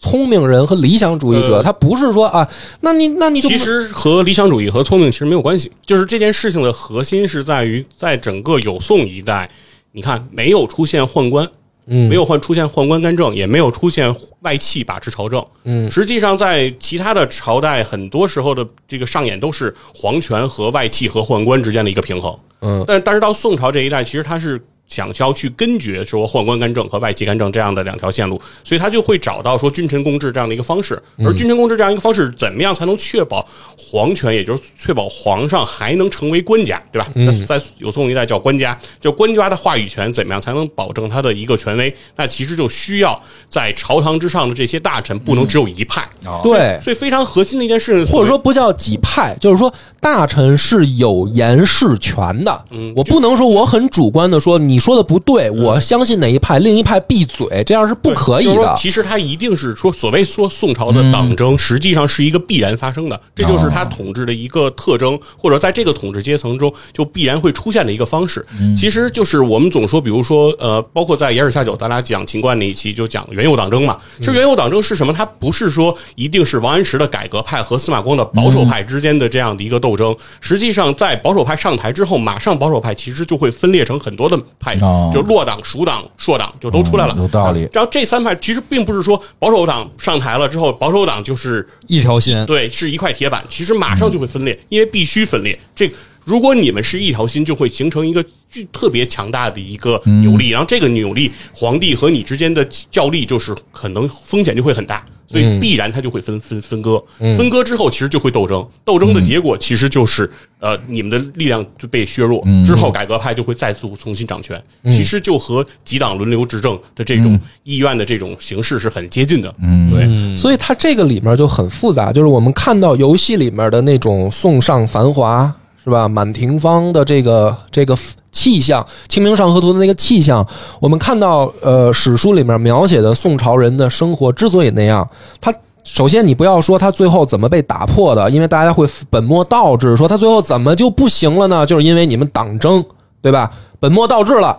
A: 聪明人和理想主义者，
C: 呃
A: 他不是说啊，那你那你就不
C: 其实和理想主义和聪明其实没有关系，就是这件事情的核心是在于，在整个有宋一代，你看没有出现宦官，
A: 嗯
C: 没有换出现宦官干政，也没有出现外戚把持朝政。
A: 嗯
C: 实际上在其他的朝代，很多时候的这个上演都是皇权和外戚和宦官之间的一个平衡。
A: 嗯
C: 但但是到宋朝这一代，其实他是想要去根绝说宦官干政和外戚干政这样的两条线路，所以他就会找到说君臣共治这样的一个方式。而
A: 嗯
C: 君臣共治这样一个方式，怎么样才能确保皇权，也就是确保皇上还能成为官家，对吧？那
A: 嗯
C: 在有宋一代叫官家，就官家的话语权怎么样才能保证他的一个权威？那其实就需要在朝堂之上的这些大臣不能只有一派。
B: 哦
A: 对，
C: 所以非常核心的一件事
A: 嗯
C: 情，
A: 或者说不叫几派，就是说大臣是有言事权的。
C: 嗯
A: 我不能说我很主观的说你说的不对，我相信哪一派，另一派闭嘴，这样是不可以
C: 就是说
A: 的。
C: 其实它一定是说，所谓说宋朝的党争，实际上是一个必然发生的，这就是它统治的一个特征，或者在这个统治阶层中就必然会出现的一个方式。
A: 嗯
C: 其实就是我们总说，比如说呃，包括在《野史下酒》，咱俩讲秦观那一期就讲元佑党争嘛。
A: 嗯
C: 其实元佑党争是什么？它不是说一定是王安石的改革派和司马光的保守派之间的这样的一个斗争。实际上，在保守派上台之后，马上保守派其实就会分裂成很多的派，
B: 哦
C: 就落党、蜀党、硕党就都出来了
B: 嗯。有道理
C: 然后这三派其实并不是说保守党上台了之后，保守党就是
D: 一条心，
C: 对是一块铁板，其实马上就会分裂，因为必须分裂。这个如果你们是一条心，就会形成一个巨特别强大的一个扭力，然后这个扭力，皇帝和你之间的较力就是可能风险就会很大，所以必然它就会分分分割。分割之后，其实就会斗争，斗争的结果其实就是呃，你们的力量就被削弱，之后改革派就会再次重新掌权。其实就和几党轮流执政的这种意愿的这种形式是很接近的。嗯，对。
A: 所以它这个里面就很复杂，就是我们看到游戏里面的那种宋尚繁华，是吧？满庭芳的这个这个气象，《清明上河图》的那个气象，我们看到呃史书里面描写的宋朝人的生活之所以那样，他。首先，你不要说他最后怎么被打破的，因为大家会本末倒置，说他最后怎么就不行了呢？就是因为你们党争，对吧？本末倒置了。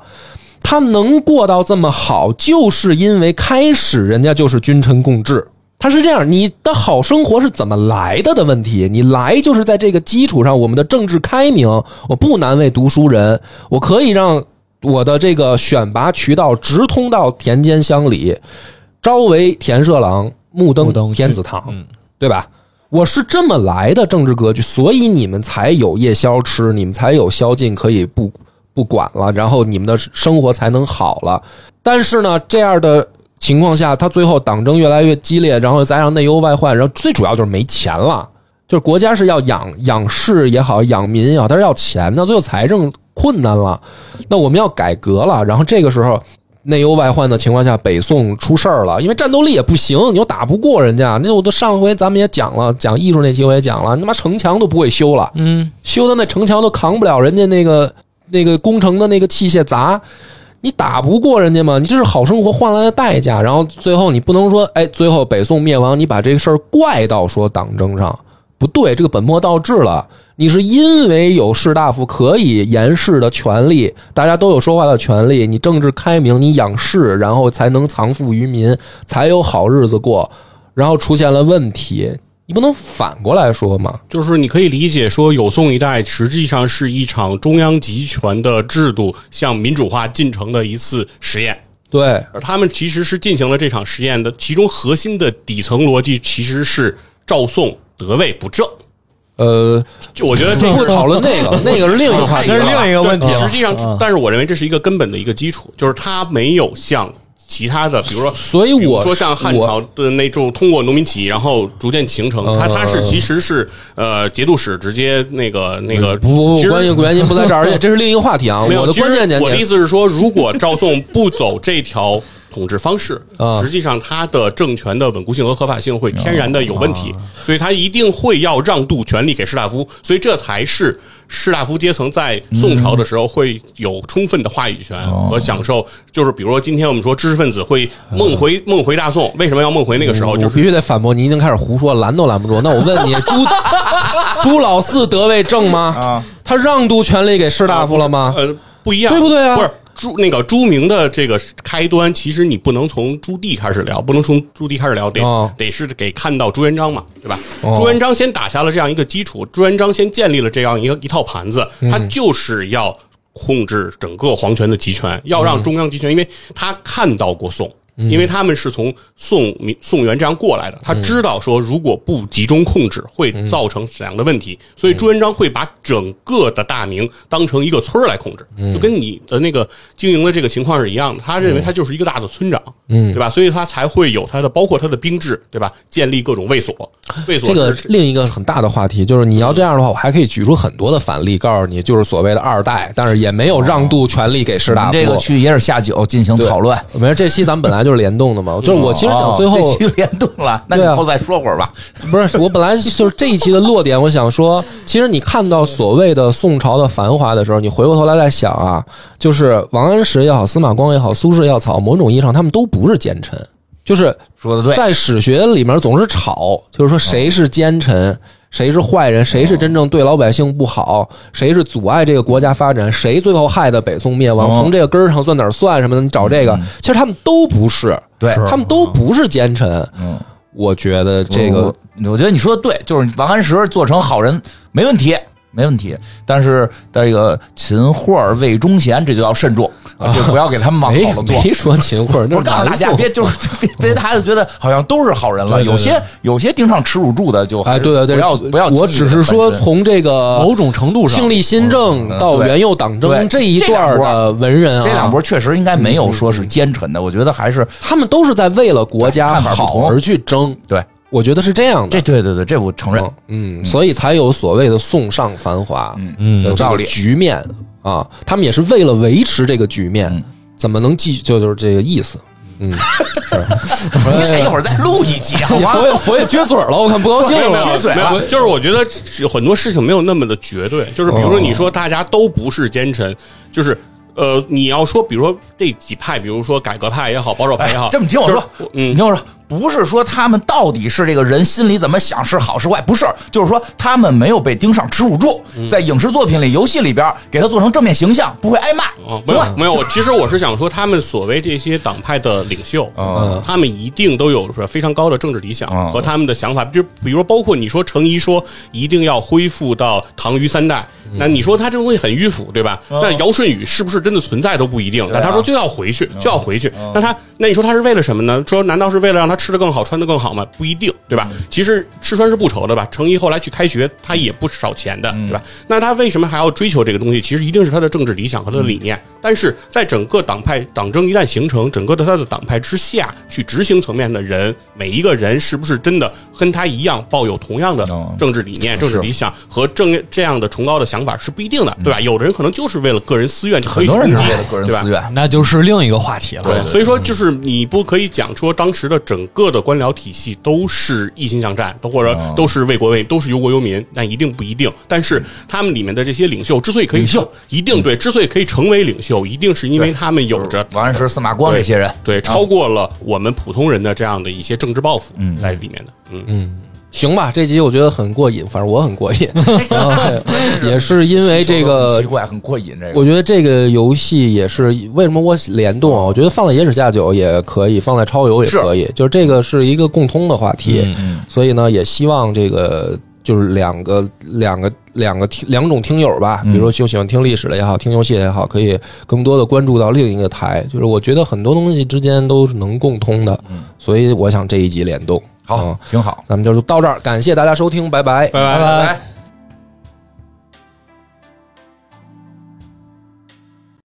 A: 他能过到这么好，就是因为开始人家就是君臣共治，它是这样，你的好生活是怎么来的的问题。你来就是在这个基础上，我们的政治开明，我不难为读书人，我可以让我的这个选拔渠道直通到田间乡里，朝为田舍郎，暮
D: 暮
A: 登
D: 登
A: 天子
D: 君
A: 堂，
D: 嗯
A: 对吧？我是这么来的政治格局，所以你们才有夜宵吃，你们才有宵禁可以不不管了，然后你们的生活才能好了。但是呢，这样的情况下，他最后党争越来越激烈，然后再让内忧外患，然后最主要就是没钱了。就是国家是要养养士也好，养民也好，但是要钱呢，最后财政困难了，那我们要改革了。然后这个时候内忧外患的情况下，北宋出事儿了，因为战斗力也不行，你又打不过人家。那我都上回咱们也讲了，讲艺术那期我也讲了，你他妈城墙都不会修了，
D: 嗯，
A: 修的那城墙都扛不了人家那个那个工程的那个器械砸，你打不过人家嘛？你这是好生活换来的代价。然后最后你不能说，哎，最后北宋灭亡，你把这个事儿怪到说党争上，不对，这个本末倒置了。你是因为有士大夫可以言事的权利，大家都有说话的权利，你政治开明，你养士，然后才能藏富于民，才有好日子过。然后出现了问题，你不能反过来说嘛？
C: 就是你可以理解说，有宋一代实际上是一场中央集权的制度向民主化进程的一次实验。
A: 对，
C: 而他们其实是进行了这场实验的，其中核心的底层逻辑其实是赵宋得位不正。
A: 呃，
C: 就我觉得这
A: 不
C: 是
A: 讨论那个，那个是另一个话
C: 太
A: 题
D: 那
A: 了。
D: 是另一个问题
C: 对
D: 了
C: 实际上，但是我认为这是一个根本的一个基础，就是它没有像其他的，比如说，
A: 所以
C: 比如
A: 我
C: 说像汉朝
A: 我
C: 的那种通过农民起义，然后逐渐形成，它它
A: 嗯
C: 是其实是呃节度使直接那个那个，
A: 不不
C: 其
A: 不，
C: 实
A: 关键关键不在这儿，而且这是另一个话题啊。
C: 没有
A: 我的
C: 其实
A: 关键点
C: 我的意
A: 点，
C: 思是说，如果赵宋不走这条统治方式
A: 啊，
C: 实际上他的政权的稳固性和合法性会天然的有问
A: 啊
C: 题，所以他一定会要让渡权力给士大夫，所以这才是士大夫阶层在宋朝的时候会有充分的话语
A: 嗯
C: 权
A: 哦
C: 和享受。就是比如说，今天我们说知识分子会梦
A: 嗯
C: 回梦回大宋，为什么要梦回那个时候？哦就
A: 我
C: 是
A: 必须得反驳你，已经开始胡说，拦都拦不住。那我问你， 朱朱老四得位正吗
B: 啊？
A: 他让渡权力给士大夫了吗？
C: 呃，不一样，
A: 对不对啊
C: 不是朱那个朱明的这个开端，其实你不能从朱棣开始聊，不能从朱棣开始聊，得、
A: 哦
C: 得是给看到朱元璋嘛，对吧？
A: 哦
C: 朱元璋先打下了这样一个基础，朱元璋先建立了这样一个一套盘子，
A: 嗯
C: 他就是要控制整个皇权的集权，要让中央集权，因为他看到过宋。
A: 嗯
C: 因为他们是从宋明宋元这样过来的，他知道说如果不集中控制会造成怎样的问
B: 嗯
C: 题，所以朱元璋会把整个的大明当成一个村儿来控制，
B: 嗯
C: 就跟你的那个经营的这个情况是一样的。他认为他就是一个大的村长，嗯，对吧？所以他才会有他的包括他的兵制，对吧？建立各种卫所，卫所
A: 这个
C: 是嗯
A: 另一个很大的话题就是，你要这样的话，我还可以举出很多的反例，告诉你，就是所谓的二代，但是也没有
C: 哦
A: 让渡权力给士
B: 我
A: 大
B: 们
A: 夫。
B: 这个去也是下酒进行
A: 对
B: 讨论。
A: 没事，这期咱们本来就是联动的嘛，就是我其实想最后
B: 哦这期联动了，那你
A: 对啊
B: 以后再说会儿吧。
A: 不是，我本来就是这一期的落点，我想说， 其实你看到所谓的宋朝的繁华的时候，你回过头来再想啊，就是王安石也好，司马光也好，苏轼也好，某种意义上他们都不是奸臣，就是
B: 说的对，
A: 在史学里面总是吵，就是说谁是奸臣，谁是坏人，谁是真正对老百姓不好，谁是阻碍这个国家发展，谁最后害的北宋灭亡，
B: 哦嗯
A: 从这个根儿上算哪儿算什么的，你找这个，其实他们都不是，
B: 对是
A: 他们都不是奸臣，
B: 嗯，
A: 我觉得这个。
B: 我，我觉得你说的对，就是王安石做成好人没问题，没问题。但是这个秦桧、魏忠贤，这就要慎重，啊就不要给他们往
A: 没
B: 好了做。
A: 哎没说秦桧，那
B: 我
A: 是
B: 告诉大
A: 南
B: 家，
A: 宋
B: 别就是别别，大家就觉得好像都是好人了。
D: 对对对
B: 有些有些盯上吃乳柱的，就
A: 哎，
B: 还是
A: 对对对，
B: 不要不要轻易地
A: 我
B: 本身。嗯
A: 只是说从这个
D: 某种程度上
A: 庆历新政到元佑党争
B: 对
A: 这一段的文人啊，
B: 这两波确实应该没有说是奸臣的，我觉得还是
A: 他们都是在为了国家
B: 看法不
A: 好
B: 同
A: 而去争，
B: 对
A: 我觉得是这样
B: 这
A: 的。
B: 对对对，这我承认。
A: 嗯，所以才有所谓的宋尚繁华，
D: 嗯
A: 有
B: 有道理
A: 局面啊，他们也是为了维持这个局面
B: 嗯，
A: 怎么能继就就是这个意思。嗯，
B: 一会儿再录一
A: 哎
B: 集好吗？
A: 佛爷佛爷撅嘴了，我看不高 兴
C: 没有没
A: 了。
C: 有
B: 嘴啊
C: 没
B: 了
C: 有，就是我觉得是很多事情没有那么的绝对，就是比如说你说大家都不是奸臣，就是。呃，你要说，比如说这几派，比如说改革派也好，保守派也好，
B: 哎这么听我
C: 就
B: 说
C: 是，嗯
B: 你，听我说，不是说他们到底是这个人心里怎么想是好是坏，不是，就是说他们没有被盯上耻辱柱，
C: 嗯
B: 在影视作品里、游戏里边给他做成正面形象，不会挨骂。
C: 啊，没有没有，我其实我是想说，他们所谓这些党派的领袖，他们一定都有非常高的政治理想
B: 嗯
C: 和他们的想法，就比如说包括你说程颐说一定要恢复到唐虞三代，那你说他这东西很迂腐，对吧？那尧舜禹是不是真的存在都不一定，但他说就要回去，
B: 嗯
C: 就要回去，那他那你说他是为了什么呢？说难道是为了让他吃的更好、穿的更好吗？不一定，
B: 嗯
C: 对吧？其实吃穿是不愁的吧？程颐后来去开学，他也不少钱的，
B: 嗯
C: 对吧？那他为什么还要追求这个东西？其实一定是他的政治理想和他的理念。
B: 嗯
C: 但是在整个党派党争一旦形成，整个的他的党派之下去执行层面的人，每一个人是不是真的跟他一样抱有同样的
B: 哦
C: 政治理念、政治理想和正这样的崇高的想法是不一定的，对吧？有的人可能就是为了个人私怨去
B: 嗯很
C: 推
B: 多人
C: 崇
B: 是
C: 他
B: 为了个人
C: 对吧
B: 私？怨，
D: 那就是另一个话
B: 啊
D: 题了。
C: 对，所以说就是你不可以讲说当时的整个的官僚体系都是一心向战，都或
B: 啊
C: 者都是为国为民，都是忧国忧民，但一定不一定。但是他们里面的这些领袖之所以可以
B: 领袖，嗯
C: 一定对，之所以可以成为领袖，一定是因为他们有着。
B: 王安石、司马光这些人，啊
C: 对，超过了我们普通人的这样的一些政治抱负在里面的，嗯，
A: 行吧，这集我觉得很过瘾，反正我很过瘾， 然后也是因为这
B: 说得很
A: 个
B: 奇怪，很过瘾。这个
A: 我觉得这个游戏也是为什么我联动啊？我觉得放在野史下酒也可以，放在超游也可以，就是这个是一个共通的话题，
B: 嗯
A: 所以呢，也希望这个就是两个两个两个听两种听友吧，比如说就喜欢听历史的也好，听游戏的也好，可以更多的关注到另一个台，就是我觉得很多东西之间都是能共通的，所以我想这一集联动。
B: 好
A: 嗯，
B: 挺好。
A: 咱们就到这儿，感谢大家收听，拜拜。
C: 拜
B: 拜拜。